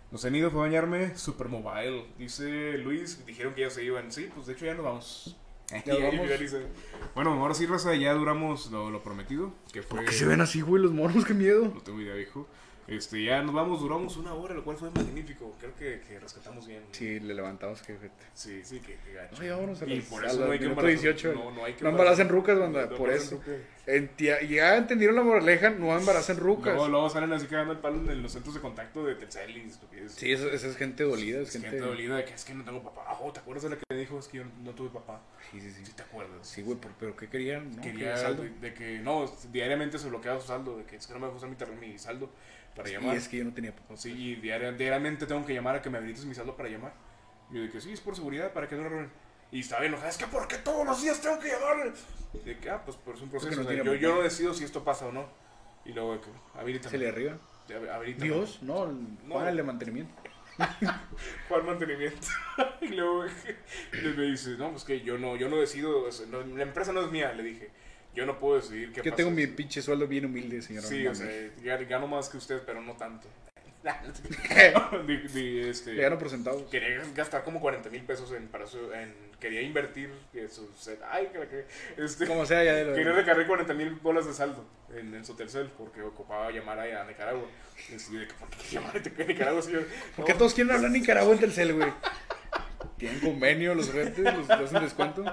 Nos han ido, fue a bañarme. Supermobile. Dice Luis, dijeron que ya se iban. Sí, pues de hecho ya nos vamos. Y ahí
vamos.
finaliza. Bueno, ahora sí, Raza, ya duramos lo, lo prometido. Que fue...
Que se ven así, güey, los monos, qué miedo.
No tengo idea, viejo. Este, ya nos vamos, duramos una hora, lo cual fue magnífico. Creo que, que rescatamos bien.
Sí, le levantamos que gente.
Sí, sí, que, que gacho.
No, ya vámonos a
Y
las-
por
a
eso
las
no hay que
minuto
embarazar-
18.
No, no hay que embarazar-
No embaracen rucas, banda,
No
por
embaracen
eso.
rucas.
Enti- ya entendieron la moraleja, no embaracen rucas.
Luego, luego salen así cagando el palo en los centros de contacto de Telcel y estupideces.
Sí, eso- esa es gente dolida, es
Es gente,
gente...
dolida de que es que no tengo papá. Oh, ¿te acuerdas de la que me dijo? Es que yo no tuve papá.
Sí, sí,
Sí,
sí.
te acuerdas.
Sí, güey, por- pero ¿qué querían? No?
Quería
¿Querían saldo?
de, de que no, diariamente se bloqueaba su saldo, de que es que no me gusta mi, tar- mi saldo para llamar.
Y es que yo no tenía papá.
Sí, y diaria- diariamente tengo que llamar a que me habilites mi saldo para llamar. Y yo de que sí, es por seguridad, para que no lo roben. Y estaba enojada, es que ¿por qué todos los días tengo que llamar? Y de que, ah, pues, por es un proceso.
no
o sea,
tiene
yo, yo
papá.
no decido si esto pasa o no. Y luego, de que, habilítame.
¿Se le arriba?
Hab- habilítame.
Dios, no, el-
No.
Juan, el de mantenimiento.
¿Cuál mantenimiento? y luego le- me dice, no, pues que yo no, yo no decido, o sea, no- la empresa no es mía, le dije. Yo no puedo decidir qué
Yo
pasa.
tengo mi pinche sueldo bien humilde, señora.
Sí,
No
o sea,
mames.
gan- gano más que usted, pero no tanto. Di- di, este,
Le gano por centavos.
quería gastar como 40 mil pesos en, para su- en- quería invertir en su set. Ay, que la que- este,
Como sea, ya de lo
quería recargar 40 mil bolas de saldo en, en su Telcel porque ocupaba llamar ahí a Nicaragua. Este, de que, ¿Por qué quieres llamar a Nicaragua, señor?
¿Por qué todos quieren hablar Nicaragua en Telcel, güey? Tienen convenio los rentes, los los hacen descuento.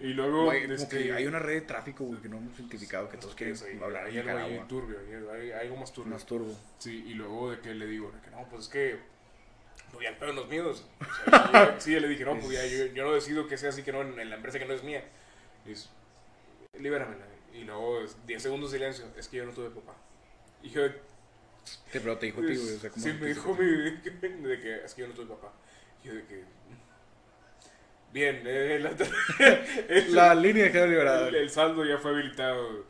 Y luego
Güey, como
este,
que hay una red de tráfico, güey, que no hemos identificado, que todos quieren
Sí, sí,
hablar
hay
de
algo ahí
Nicaragua.
turbio, hay- hay- hay algo más turbio.
Más turbo.
Sí, y luego de que le digo, de que no, pues es que, pues ya el pedo no es mío. o sea, yo- sí, le dije, no, pues ya yo, yo no decido que sea así que no en, en la empresa que no es mía. Y es, libéramela. Y luego es 10 segundos de silencio, es que yo no tuve papá. Y yo,
Te, pero te dijo a ti, güey, o sea, como...
sí, me dijo mi, de que es que yo no tuve papá. Y yo de que, bien, eh, la,
La línea quedó liberada.
el, el saldo ya fue habilitado.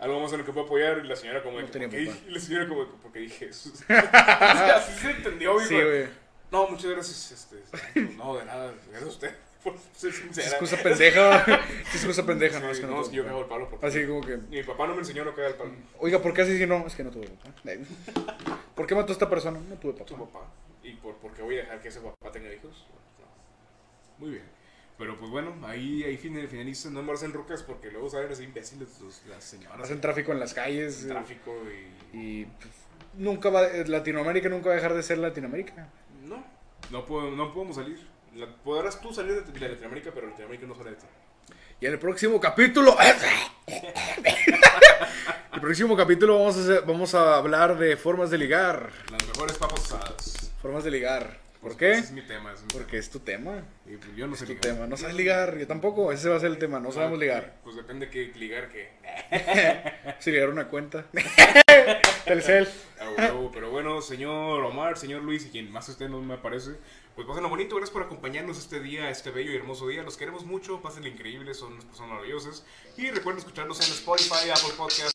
Algo más en lo que puedo apoyar. Y la señora como de
No
que,
tenía
¿por qué
papá.
dije- y la señora como de que, porque dije eso. O sea, Así se entendió, hijo.
Sí, güey.
No, muchas gracias. Este, no, de nada. Gracias a usted por ser
Es
sincera.
excusa pendeja. Es excusa pendeja,
Sí,
no, es que no.
no, es
tuvo
que yo
papá.
cago el palo porque
Así como que,
mi papá no me enseñó lo que era el palo.
oiga, ¿por qué así si no? Es que no tuve papá. ¿Por qué mató a esta persona? No tuve
Tu
papá.
papá. ¿Y por, por qué voy a dejar que ese papá tenga hijos? No. Muy bien. Pero pues bueno, ahí, ahí final- finalizan. No embaracen rucas porque luego salen así imbéciles los- las señoras.
Hacen tráfico en las calles. eh,
tráfico y...
Y pues, nunca va, eh, Latinoamérica nunca va a dejar de ser Latinoamérica.
No, no, puedo, no podemos salir. La- podrás tú salir de, de Latinoamérica, pero Latinoamérica no sale de ti.
Y en el próximo capítulo. el próximo capítulo vamos a, hacer- vamos a hablar de formas de ligar.
Las mejores papas asadas.
Formas de ligar. ¿Por
Ese
qué?
es mi tema. es mi
Porque es tu tema.
tema. Y, pues, yo no sé
Tu
ligar.
tema. No sabes ligar. Yo tampoco. Ese va a ser el tema. No sabemos ligar.
Pues depende que ligar que.
Si ligar una cuenta. Telcel.
Ah, huevo. Pero bueno, señor Omar, señor Luis y quien más esté no me aparece. Pues pásenlo bonito, gracias por acompañarnos este día, este bello y hermoso día. Los queremos mucho, pásenlo increíble, son unas personas maravillosas. Y recuerden escucharnos en Spotify, Apple Podcasts,